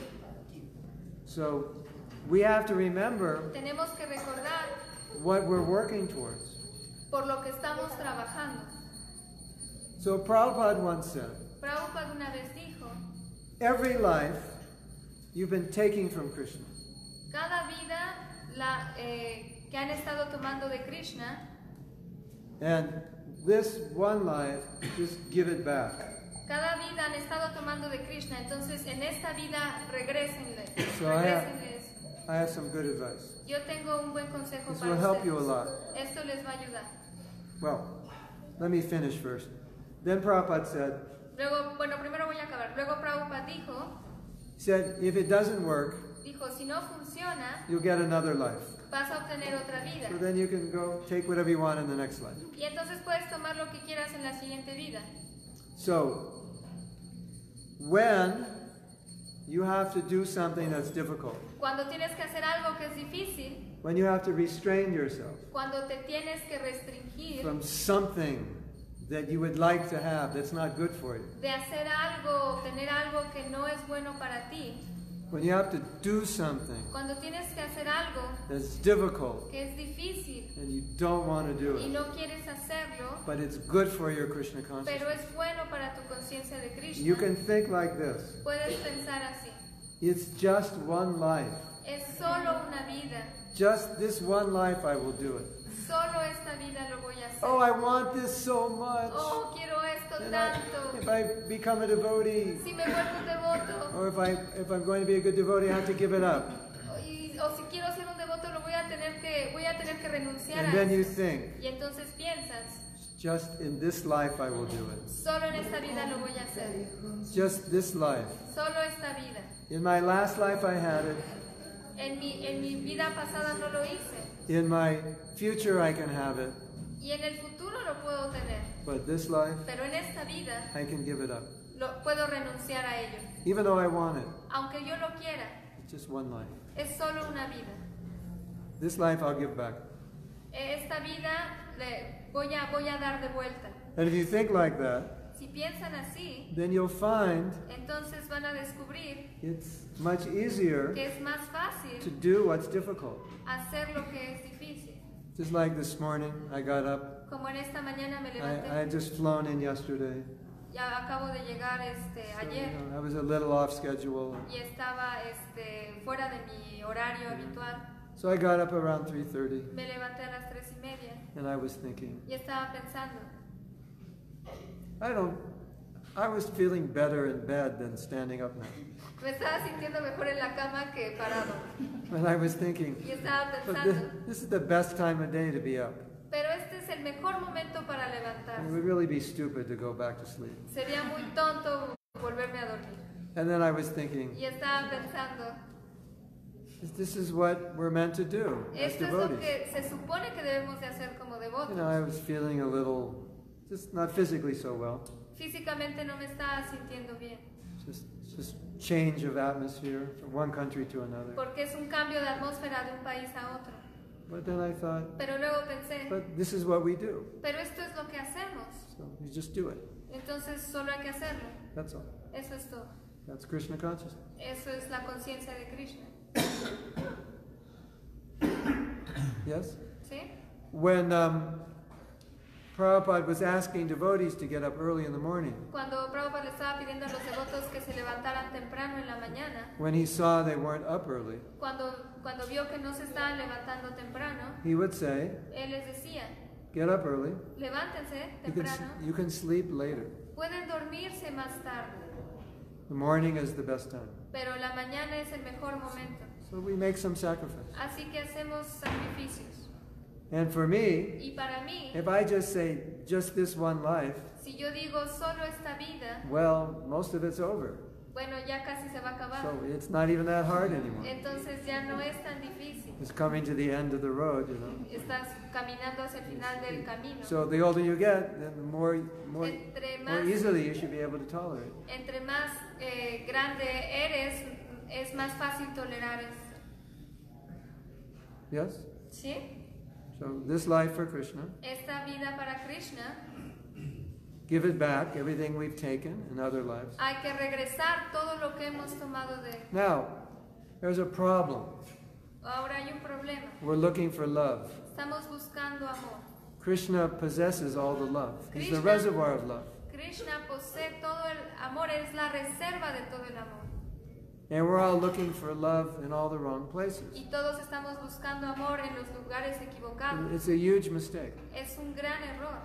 So we have to remember
Tenemos que recordar
what we're working towards.
por lo que estamos trabajando.
So Prabhupada once said,
Prabhupada una vez dijo,
every life you've been taking from Krishna.
cada vida la, eh, que han estado tomando de Krishna
And this one life, just give it back.
Cada vida han estado tomando de Krishna, entonces en esta vida regrésenle.
So I have-
regrésenle eso.
I have some good advice.
Yo tengo un buen consejo
This
para
will help you a
ustedes.
lot.
Esto les va a ayudar.
Well, let me finish first. Then Prabhupada said,
Luego, bueno, primero voy a acabar. Luego Prabhupada dijo,
he said, if it doesn't work,
dijo, si no funciona,
you'll get another life.
vas a obtener otra vida.
So then you can go take whatever you want in the next life.
Y entonces puedes tomar lo que quieras en la siguiente vida.
So, when you have to do something that's difficult,
Cuando tienes que hacer algo que es difícil,
when you have to restrain yourself
cuando te tienes que restringir
from something that you would like to have that's not good for you,
de hacer algo, tener algo que no es bueno para ti,
when you have to do something
cuando tienes que hacer algo
that's difficult
que es difícil
and you don't want to do
y
it,
no quieres hacerlo,
but it's good for your Krishna
pero
consciousness.
es bueno para tu conciencia de
You
Krishna,
can think like this
puedes pensar así.
it's just one life.
Es solo una vida,
Just this one life, I will do it.
solo esta vida lo voy a
Oh,
hacer.
I want this so much.
Oh, quiero esto
And I- if
tanto.
I become a devotee,
Si me vuelvo un devoto,
or if I if I'm going to be a good devotee, I have to give it up.
o, y- o si quiero ser un devoto, lo voy a tener que, voy a tener que renunciar
And
a
then you
eso.
think,
Y entonces piensas,
just in this life I will do it.
solo en esta vida lo voy a hacer,
Just this life.
solo esta vida.
In my last life I had it.
En mi, en mi vida pasada no lo hice
In my future I can have it.
y en el futuro lo puedo tener,
But this life
pero en esta vida
I can give it up.
lo puedo renunciar a ello,
Even though I want it.
aunque yo lo quiera,
It's just one life.
es solo una vida.
This life I'll give back.
Eh, Esta vida le voy a, voy a dar de vuelta.
And if you think like that,
Si piensan así,
then you'll find
entonces van a descubrir
it's much easier
que es más
to
fácil
do what's difficult.
hacer lo que es difícil.
Just like this morning, I got up.
Como en esta mañana me levanté.
I, I had just flown in yesterday.
Ya acabo de llegar este,
So, you
ayer
know, I was a little off schedule.
y estaba este, fuera de mi horario habitual.
So I got up around 3.30
Me levanté a las tres y media
and I was thinking,
y estaba pensando,
I don't, I was feeling better in bed than standing up now.
me estaba sintiendo mejor en la cama que parado.
But I was thinking,
Y estaba
but this,
pensando,
this is the best time of day to be up.
pero este es el mejor momento para
It
levantarse.
would really be stupid to go back to sleep.
Sería muy tonto volverme a dormir.
And then I was thinking,
Y estaba pensando,
this is what we're meant to do as
esto es lo
devotees.
que se supone que debemos de hacer como
You know, I
devotos.
was feeling a little, just not physically so well.
Físicamente no me estaba sintiendo bien,
Just, just change of atmosphere from one country to another.
porque es un cambio de atmósfera de un país a otro.
But then I thought,
Pero luego pensé,
but this is what we do.
pero esto es lo que hacemos,
So you just do it.
entonces solo hay que hacerlo.
That's all.
Eso es todo.
That's Krishna consciousness.
Eso es la conciencia de Krishna.
Yes?
¿Sí?
When um, Prabhupada was asking devotees to get up early in the morning,
Cuando Prabhupada le estaba pidiendo a los devotos que se levantaran temprano en la mañana,
when he saw they weren't up early,
cuando, cuando vio que no se estaban levantando temprano,
he would say,
él les decía,
Get up early.
levántense
You can, s-
temprano,
you can sleep later.
pueden dormirse más tarde,
The morning is the best time.
pero la mañana es el mejor momento.
So we make some sacrifice.
Así que hacemos sacrificios.
And for me,
Y para mí,
if I just say, just this one life,
si yo digo solo esta vida,
well, most of it's over.
Bueno, ya casi se va a acabar.
So it's not even that hard anymore.
Entonces ya no es tan difícil.
It's coming to the end of the road, you know.
Estás caminando hacia el final del camino.
So the older you get, then the more, more,
Entre
more
más,
easily you should be able to tolerate.
entre más eh, grande eres, es más fácil tolerar eso.
Yes?
¿Sí?
So this life for Krishna,
Esta vida para Krishna
give it back, everything we've taken in other lives.
hay que regresar todo lo que hemos tomado de él.
Now, there's a problem.
Ahora hay un problema.
We're looking for love.
Estamos buscando amor.
Krishna possesses all the love. He's the
Krishna-
reservoir of love.
Krishna posee todo el amor, es la reserva de todo el amor.
And we're all looking for love in all the wrong places.
Y todos estamos buscando amor en los lugares equivocados.
It's a huge mistake.
Es un gran error.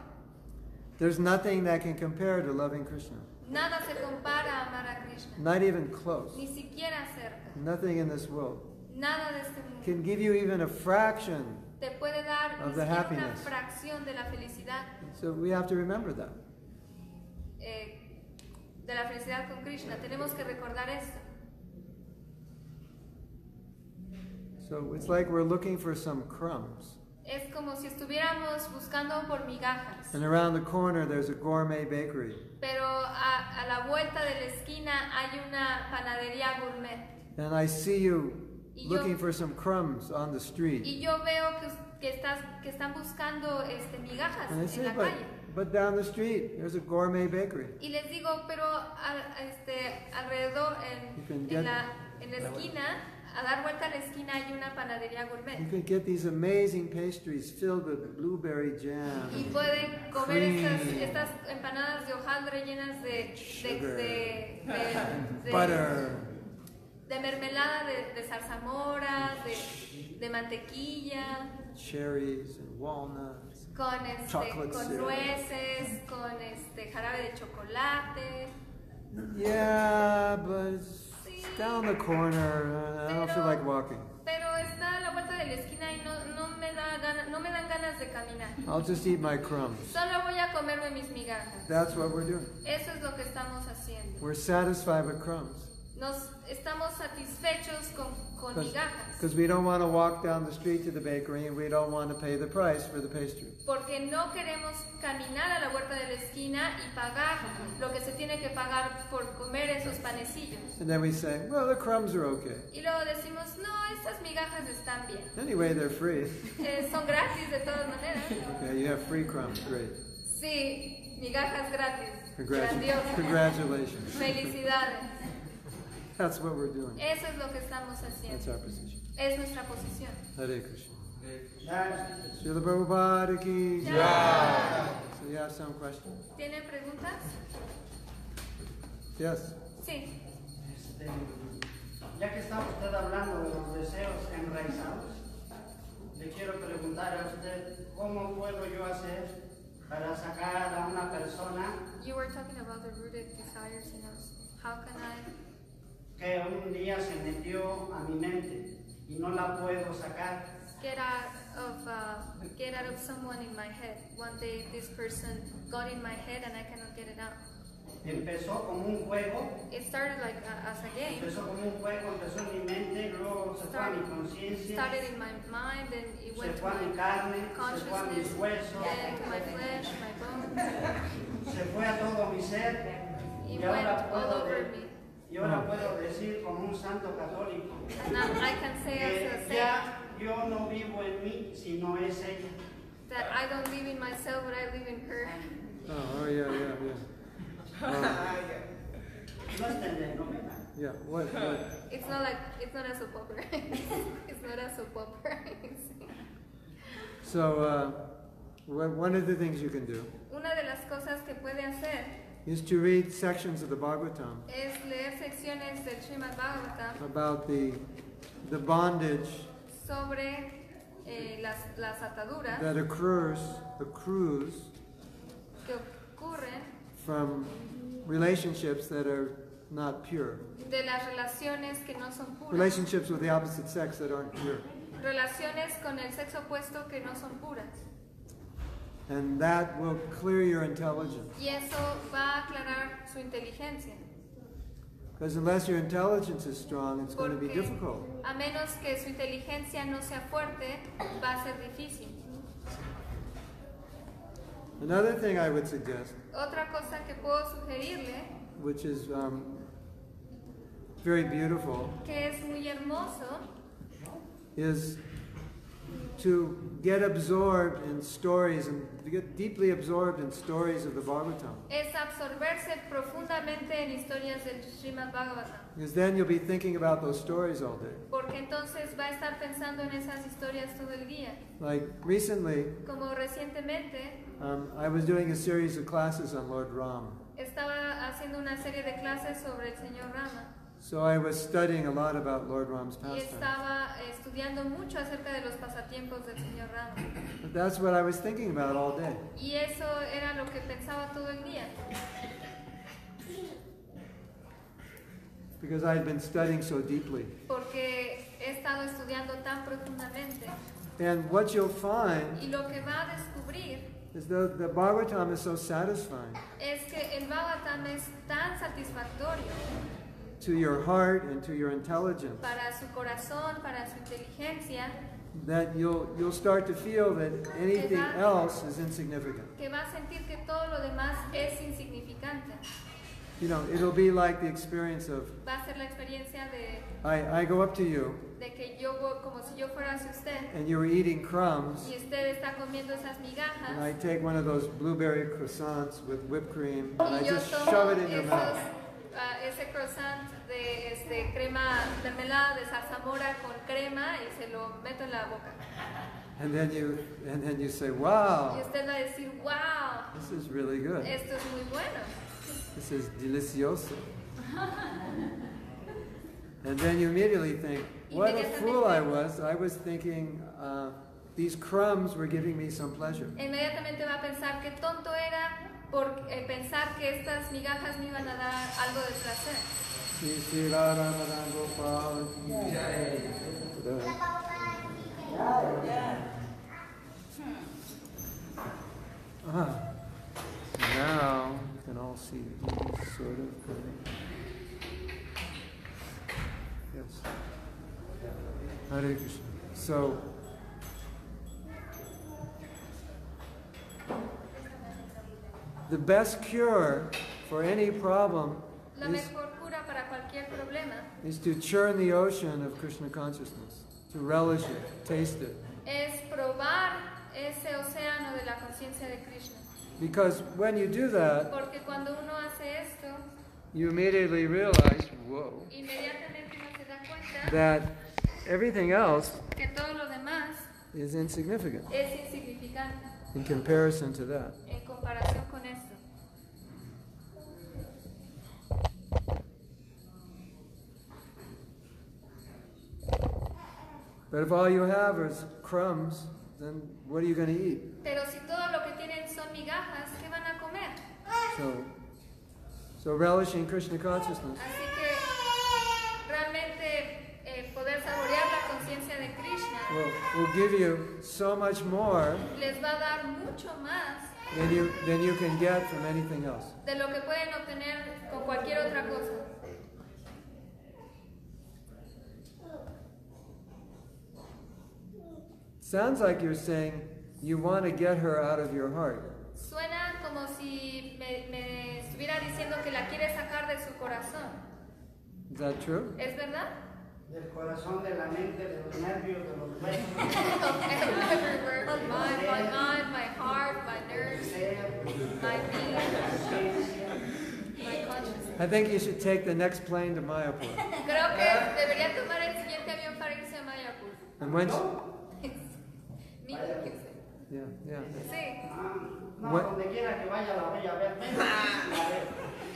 There's nothing that can compare to loving Krishna.
Nada se compara a amar a Krishna,
not even close.
ni siquiera cerca.
Nothing in this world
Nada de este mundo
can give you even a fraction.
te puede dar ni
Of the
siquiera una
happiness.
fracción de la felicidad,
So we have to remember that.
eh, de la felicidad con Krishna. Tenemos que recordar esto.
So it's like we're looking for some crumbs.
Es como si estuviéramos buscando por migajas,
And around the corner, there's a gourmet bakery.
pero a, a la vuelta de la esquina hay una panadería gourmet
And I see you
Y yo-
looking for some crumbs on the street.
y yo veo que, que estás, que están buscando este, migajas
And I
en
say,
la
but,
calle.
but down the street, there's a gourmet bakery.
Y les digo, pero a- a este, alrededor,
You can
en,
get-
en la, en la esquina, a dar vuelta a la esquina hay una panadería
You
gourmet.
can get these amazing pastries filled with blueberry jam.
Y
and
pueden comer estas,
Cream.
estas empanadas de hojaldre llenas de, de,
Sugar.
de, de- de-
Butter.
de mermelada de, de zarzamora, de, de mantequilla,
cherries and walnuts.
con, este,
Chocolate
con
syrup.
nueces, con este, jarabe de chocolate.
Yeah, but it's it's down the corner. I don't feel like walking.
Pero está a la vuelta de la esquina y no, no, me, da gana- no me dan ganas de caminar.
I'll just eat my crumbs.
Solo voy a comerme mis migajas.
That's what we're doing.
Eso es lo que estamos haciendo.
We're satisfied with crumbs
Nos estamos satisfechos con, con migajas.
because we don't want to walk down the street to the bakery and we don't want to pay the price for the pastry.
Porque no queremos caminar a la vuelta de la esquina y pagar lo que se tiene que pagar por comer esos panecillos.
And then we say, well, the crumbs are okay.
Y luego decimos, no, estas migajas están bien.
Anyway, they're free.
Eh, son gratis de todas maneras.
Okay, you have free crumbs. Great.
Sí, migajas gratis.
Congratu-
Grandioso.
congratulations.
Felicidades.
That's what we're doing.
Eso es lo que estamos haciendo.
That's our position.
Es nuestra posición.
Hare Krishna. Srila Prabhupada ki. jai. So you have some questions?
¿Tienen preguntas?
Yes.
Sí.
Este, ya que está usted hablando de los deseos enraizados, le quiero preguntar a usted cómo puedo yo hacer para sacar a una persona
You were talking about the rooted desires in us. How can I?
que un día se metió a mi mente y no la puedo sacar.
Get out of uh, get out of someone in my head. One day this person got in my head and I cannot get it out.
Empezó como un juego,
It started like a, as a game.
empezó como un juego, empezó en mi mente, luego se fue a mi conciencia,
Started in my mind and it
se
went to
fue a mi
my
carne, se fue a mis
consciousness,
huesos,
then to my flesh, my bones.
se fue a todo mi ser
It
y
went
ahora
all
puedo
over
ver.
me.
Y ahora puedo decir como un santo católico
And now I can say as a
que
saint
Eh, ya yo no vivo en mí, sino es ella.
that I don't live in myself, but I live in her.
Oh, oh yeah, yeah, yeah. Wow.
No es telenovela.
yeah, what, what?
It's not like it's not a soap opera. it's not a soap opera.
So, uh, wha- one of the things you can do
Una de las cosas que puede hacer
is to read sections of the Bhagavatam
es leer secciones del Srimad Bhagavatam
about the, the bondage
sobre eh, las, las ataduras
that occurs, accrues
que ocurren
from relationships that are not pure,
de las relaciones que no son puras,
relationships with the opposite sex that aren't pure.
relaciones con el sexo opuesto que no son puras.
And that will clear your intelligence.
Y eso va a aclarar su inteligencia.
Because unless your intelligence is strong, it's going to be
Porque
difficult.
a menos que su inteligencia no sea fuerte, va a ser difícil.
Another thing I would suggest,
Otra cosa que puedo sugerirle,
which is um, very beautiful,
que es muy hermoso,
is to get absorbed in stories and to get deeply absorbed in stories of the Bhagavatam.
es absorberse profundamente en historias del Srimad Bhagavatam,
Because then you'll be thinking about those stories all day.
porque entonces va a estar pensando en esas historias todo el día.
Like recently,
Como recientemente
um, I was doing a series of classes on Lord Ram.
estaba haciendo una serie de clases sobre el señor Rama
So I was studying a lot about Lord Ram's
y
pastimes.
estaba estudiando mucho acerca de los pasatiempos del señor Rama.
But that's what I was thinking about all day.
Y eso era lo que pensaba todo el día.
because I had been studying so deeply.
porque he estado estudiando tan profundamente
And what you'll find
y lo que va a descubrir
is that the Bhagavatam is so satisfying
es que el Bhagavatam es tan satisfactorio
to your heart and to your intelligence
para su corazón, para su inteligencia,
that you'll, you'll start to feel that anything else is insignificant.
que va a sentir que todo lo demás es insignificante.
You know, it'll be like the experience of
Va a ser la experiencia de,
I, I go up to you
de que yo voy como si yo fuera hacia usted
and you're eating crumbs
y usted está comiendo esas
and I
migajas
take one of those blueberry croissants with whipped cream and I
y yo
just
tomo
shove it in your
esos,
mouth.
ah, ese croissant de este, crema mermelada de zarzamora con crema y se lo meto en la boca.
And then you and then you say,
Y
Wow,
usted va a decir, wow,
this is really good.
esto es muy bueno.
This is delicioso. and then you immediately think, What a fool I was. I was thinking uh, these crumbs were giving me some pleasure.
Inmediatamente va a pensar que tonto era por eh, pensar que estas migajas me iban a dar algo de placer.
Shri Shri Radha Radha Gopal Ki Jai. Ta-da. Ah, Now you can all see these sort of things. Yes. Hare Krishna. So, the best cure for any problem
La
is
mejor cura para cualquier problema
is to churn the ocean of Krishna consciousness, to relish it, taste it.
es probar ese océano de la conciencia de Krishna.
Because when you do that,
Porque cuando uno hace esto,
you immediately realize, whoa,
inmediatamente uno se da cuenta
that everything else
que todo lo demás
is insignificant
es insignificante
in comparison to that.
en comparación con esto.
But if all you have is crumbs, then what are you going to eat?
Pero si todo lo que tienen son migajas, ¿qué van a comer?
So, so relishing Krishna consciousness
Así que realmente eh, poder saborear la conciencia de Krishna
will, will give you so much more
les va a dar mucho más
than you, than you can get from anything else.
de lo que pueden obtener con cualquier otra cosa.
Sounds like you're saying you want to get her out of your heart.
Suena como si me, me estuviera diciendo que la quiere sacar de su corazón.
Is that true?
¿Es verdad?
Del corazón, de la mente, de los nervios, de los huesos,
Everywhere. my, my mind, my heart, my
del
nerves,
cerebro,
my being,
conciencia.
my consciousness.
I think you should take the next plane to Mayapur.
Creo que debería tomar el siguiente avión para irse a Mayapur.
And once,
Ni lo que sé.
yeah, yeah.
Sí.
Ah, No,
What-
donde quiera que vaya la voy a ver. La veo.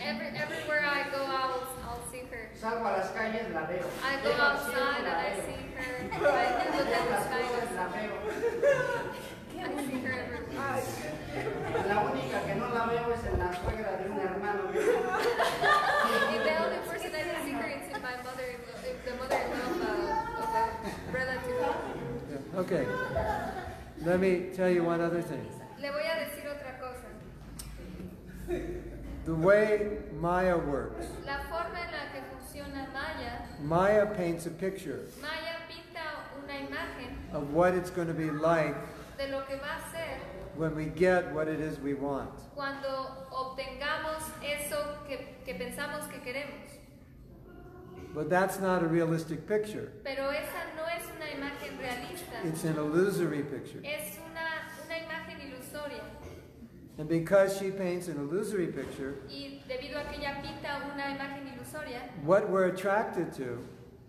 Every, everywhere I go, I'll, I'll see her.
Salgo a las calles, la veo.
I go
Llego al cielo,
outside and
la
I
veo.
see her. I look at
Llego a
the
las
sky.
nubes, la veo.
I see her everywhere.
La única que no la veo es en la suegra de un hermano. mío.
And the only person I can see her is in my mother-in-law, in the mother-in-law of a, of a relative.
yeah. Okay. Let me tell you one other thing.
Le voy a decir otra cosa.
The way Maya works,
La forma en la que funciona Maya,
Maya paints a picture
Maya pinta una imagen
of what it's going to be like
de lo que va a ser
when we get what it is we want.
cuando obtengamos eso que, que pensamos que queremos.
But that's not a realistic picture,
Pero esa no es una imagen realista,
it's an illusory picture.
es una, una imagen ilusoria.
And because she paints an illusory picture,
Y debido a que ella pinta una imagen ilusoria,
what we're attracted to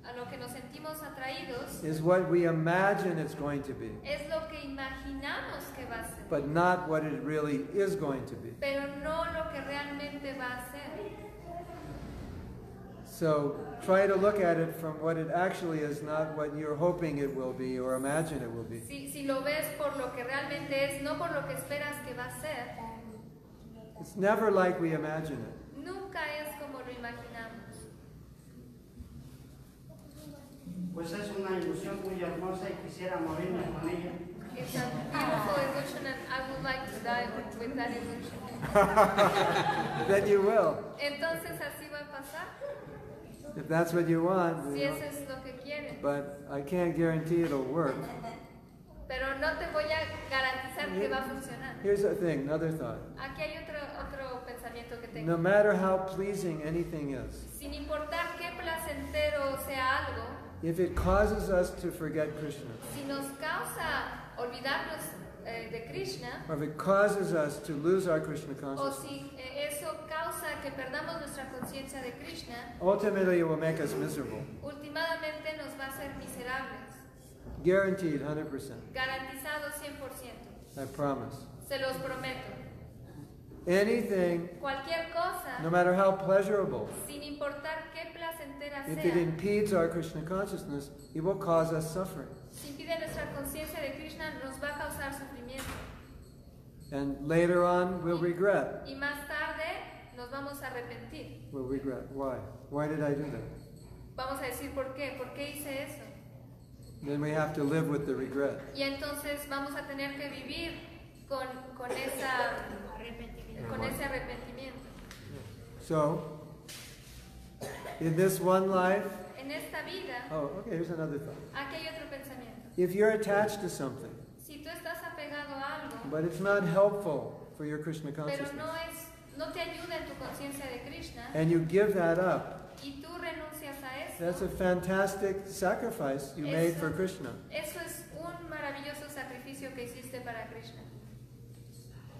a lo que nos sentimos atraídos
is what we imagine it's going to be,
es lo que imaginamos que va a ser,
but not what it really is going to be.
pero no lo que realmente va a ser.
So try to look at it from what it actually is, not what you're hoping it will be or imagine it will be.
Si, si lo ves por lo que realmente es, no por lo que esperas que va a ser,
It's never like we imagine it.
nunca
pues es una ilusión muy hermosa y quisiera morirme con ella.
It's a beautiful illusion, and I would like to die with, with that illusion.
Then you will.
Entonces así va a pasar,
If that's what you want.
si
you know.
eso es lo que quieren.
But I can't guarantee it'll work.
Pero no te voy a garantizar que va a funcionar.
Here's the thing, another thought.
Aquí hay otro, otro pensamiento que
No
tengo.
matter how pleasing anything is,
Sin importar qué placentero sea algo,
if it causes us to forget Krishna,
si nos causa olvidarnos eh, de Krishna,
or if it causes us to lose our Krishna
o
consciousness,
si eh, eso causa que perdamos nuestra conciencia de Krishna,
ultimately it will make us miserable.
últimamente nos va a hacer miserables.
Guaranteed, 100%.
Garantizado 100%.
I promise.
Se los prometo.
Anything,
Cualquier cosa,
no matter how pleasurable,
sin importar qué placentera
if it
sea,
impedes our Krishna consciousness, it will cause us suffering.
si impide nuestra conciencia de Krishna, nos va a causar sufrimiento.
And later on, we'll regret.
Y más tarde nos vamos a arrepentir.
We'll regret. Why? Why did I do that?
Vamos a decir por qué, por qué hice eso.
Then we have to live with the regret.
Y entonces vamos a tener que vivir con, con, esa, con ese arrepentimiento.
So, in this one life,
En esta vida,
oh, okay, here's another thought.
aquí hay otro pensamiento.
If you're attached to something,
Si tú estás apegado a algo,
but it's not helpful for your Krishna
pero
consciousness,
no, es, no te ayuda en tu conciencia de Krishna,
and you give that up,
y tú renuncias a
that's
eso,
a fantastic sacrifice you made for Krishna.
eso es un maravilloso sacrificio que hiciste para Krishna.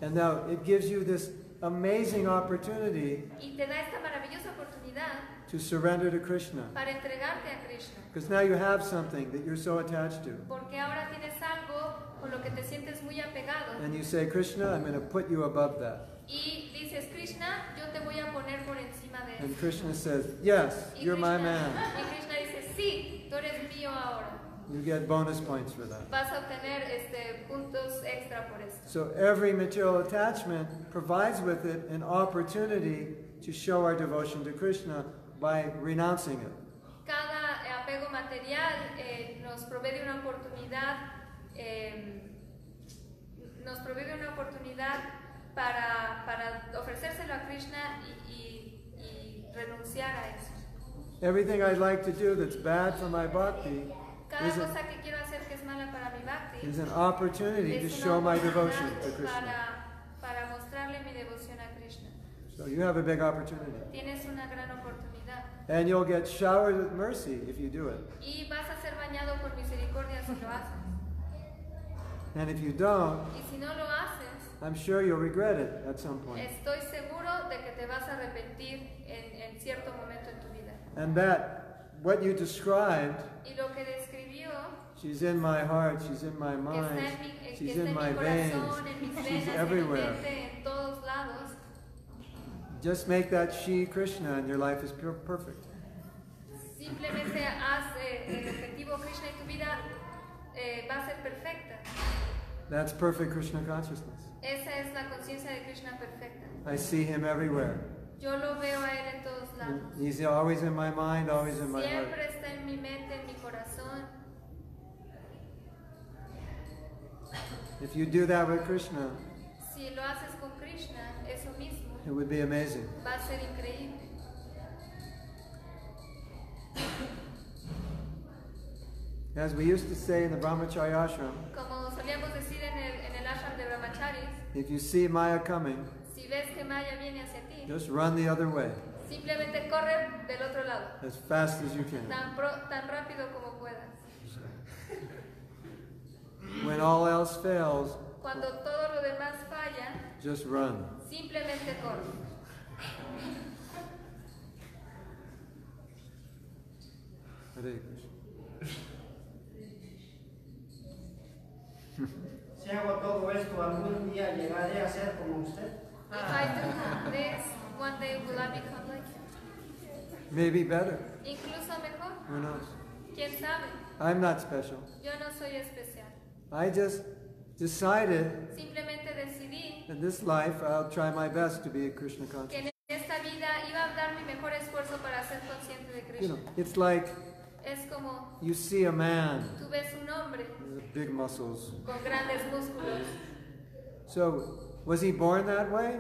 And now it gives you this amazing opportunity
Y te da esta maravillosa oportunidad
to surrender to Krishna.
para entregarte a Krishna,
Because now you have something that you're so attached to.
porque ahora tienes algo con lo que te sientes muy apegado
And you say, Krishna, I'm going to put you above that.
y dices, Krishna, yo te voy a poner por encima de eso.
And Krishna says, Yes,
Y
you're my
Krishna-
man.
Y Krishna dice, sí, tú eres mío ahora.
You get bonus points for that.
Vas a obtener este, puntos extra por esto.
So every material attachment provides with it an opportunity to show our devotion to Krishna by renouncing it.
Cada eh, apego material eh, nos provee de una oportunidad, eh, nos provee de una oportunidad para, para ofrecérselo a Krishna y, y- y renunciar a eso.
Everything I'd like to do that's bad for my bhakti
Cada
is, a,
cosa que quiero hacer que es mala para mi bhakti
is an opportunity to
es
show
una
my devotion to
oportunidad
Krishna.
para, para mostrarle mi devoción a Krishna.
So you have a big opportunity.
Tienes una gran oportunidad
And you'll get showered with mercy if you do it.
y vas a ser bañado por misericordia si lo haces.
And if you don't,
Y si no lo haces,
I'm sure you'll regret it at some point.
Estoy seguro de que te vas a arrepentir en, en cierto momento en tu vida.
And that, what you described,
Y lo que describió,
she's in my heart, she's in my
que está
mind,
en mi, eh, que
she's
está
in
en
my
mi
veins,
corazón, en mis
she's
venas, en mi
everywhere.
mente, en todos lados,
Just make that she Krishna and your life is pure, perfect.
simplemente haz eh, el objetivo Krishna y tu vida eh, va a ser perfecta.
That's perfect Krishna consciousness.
Esa es la conciencia de Krishna perfecta.
I see him everywhere.
Yo lo veo a Él en todos lados.
He's always in my mind, always in my heart.
Siempre está en mi mente, en mi corazón.
If you do that with Krishna,
Si lo haces con Krishna, eso mismo
it would be amazing.
va a ser increíble.
As we used to say in the Brahmacharya ashram,
Como solíamos decir en el, en el ashram de Brahmacharis,
if you see Maya coming,
si ves que Maya viene hacia ti,
just run the other way
simplemente corre del otro lado,
as fast as you can.
tan, pro- tan rápido como puedas.
When all else fails,
Cuando todo lo demás falla,
just run.
simplemente corre.
Hare Krishna.
Si hago todo esto, algún día llegaré a ser como usted.
If I do this, one day will I become like you?
Maybe better.
Incluso mejor,
Who knows?
quién sabe,
I'm not special.
yo no soy especial.
I just decided
Simplemente decidí
that this life I'll try my best to be a Krishna
que
conscious.
en esta vida iba a dar mi mejor esfuerzo para ser consciente de
You know,
Krishna.
it's like
Es como
You see a man
tú ves un hombre
with big muscles.
con grandes músculos.
So, was he born that way?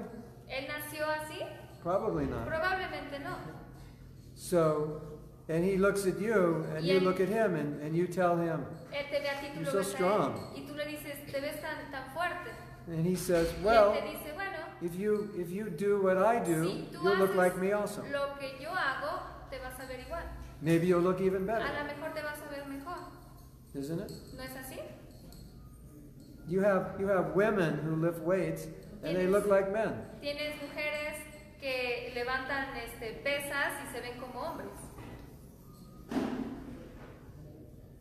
¿Él nació así?
Probably not.
Probablemente no.
So, and he looks at you, and you look at him, and, and you tell him.
Él te ve a ti, tú
You're
lo
so
ves a
strong.
él, y tú le dices, te ves tan, tan fuerte.
And he says,
y
Well,
él te dice, bueno,
if you, if you do what I do,
si tú
you'll look
haces
like me also.
lo que yo hago, te vas a ver igual.
Maybe you'll look even better,
A lo mejor te vas a ver mejor,
isn't it?
¿no es así?
You have, you have women who lift weights, and they
Tienes-
look like men.
Tienes mujeres que levantan este, pesas y se ven como hombres.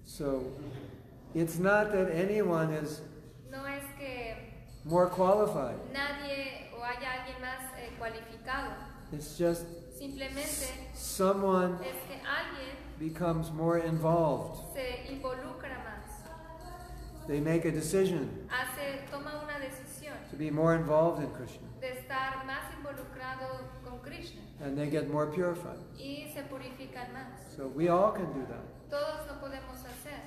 So, it's not that anyone is
No es que
more qualified.
nadie o haya alguien más eh, cualificado.
It's just
Simplemente
someone
es que alguien
becomes more involved.
se involucra más,
They make a decision
hace, toma una decisión
to be more involved in Krishna,
de estar más involucrado con Krishna
and they get more purified.
y se purifican más.
So we all can do that.
Todos lo podemos hacer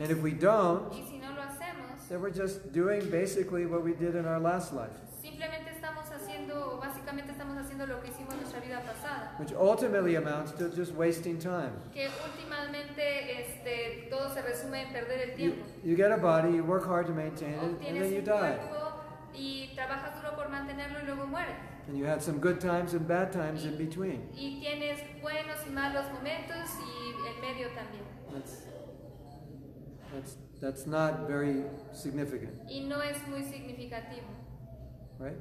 And if we don't,
y si no lo hacemos,
then we're just doing basically what we did in our last life,
simplemente estamos haciendo, o básicamente estamos haciendo lo que hicimos en nuestra vida pasada,
which ultimately amounts to just wasting time.
que últimamente este, todo se resume en perder el
You,
tiempo.
you get a body, you work hard to maintain it, and
Obtienes
then you
un
die.
cuerpo y trabajas duro por mantenerlo y luego mueres.
And you had some good times and bad times in between.
Y tienes buenos y malos momentos y en medio también.
That's, that's, that's not very significant,
Y no es muy significativo.
right?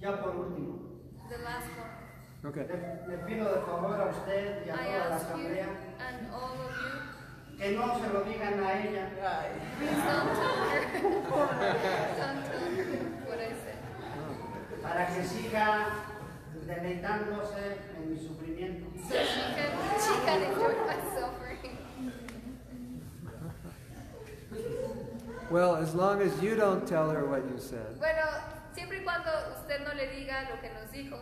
Ya por último.
The last one.
Okay.
Le, le pido de favor a usted y a
I
toda la
ask you
asamblea
and all of you,
que no se lo digan a ella.
please don't tell her. don't tell her what I said.
para que siga deleitándose en mi sufrimiento.
So she can, she can enjoy my suffering.
Well, as long as you don't tell her what you said,
Bueno, siempre y cuando usted no le diga lo que nos dijo.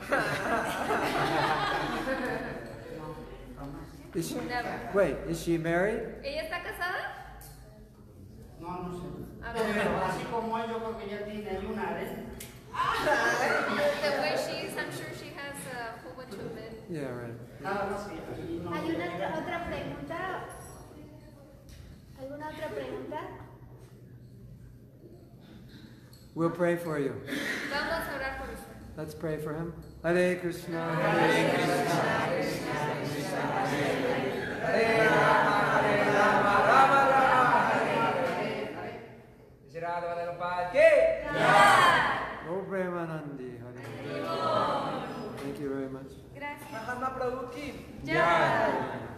is she,
Never.
wait, is she married?
¿Ella está casada?
No, no sé.
A ver.
Pero así como él, yo creo que ya tiene ahí una arena.
The way she is, I'm sure she has a whole bunch of men.
Yeah, right.
Nada más que aquí no.
¿Hay una otra, otra pregunta? ¿Alguna otra pregunta?
We'll pray for you.
Vamos a orar por usted.
Let's pray for him. Hare Krishna. Hare Krishna.
Radha Radha Gopal Ki!
O Premanandi. Hare Krishna. Thank you very much.
Gracias.
Mahatma Prabhu Ki!
Ya.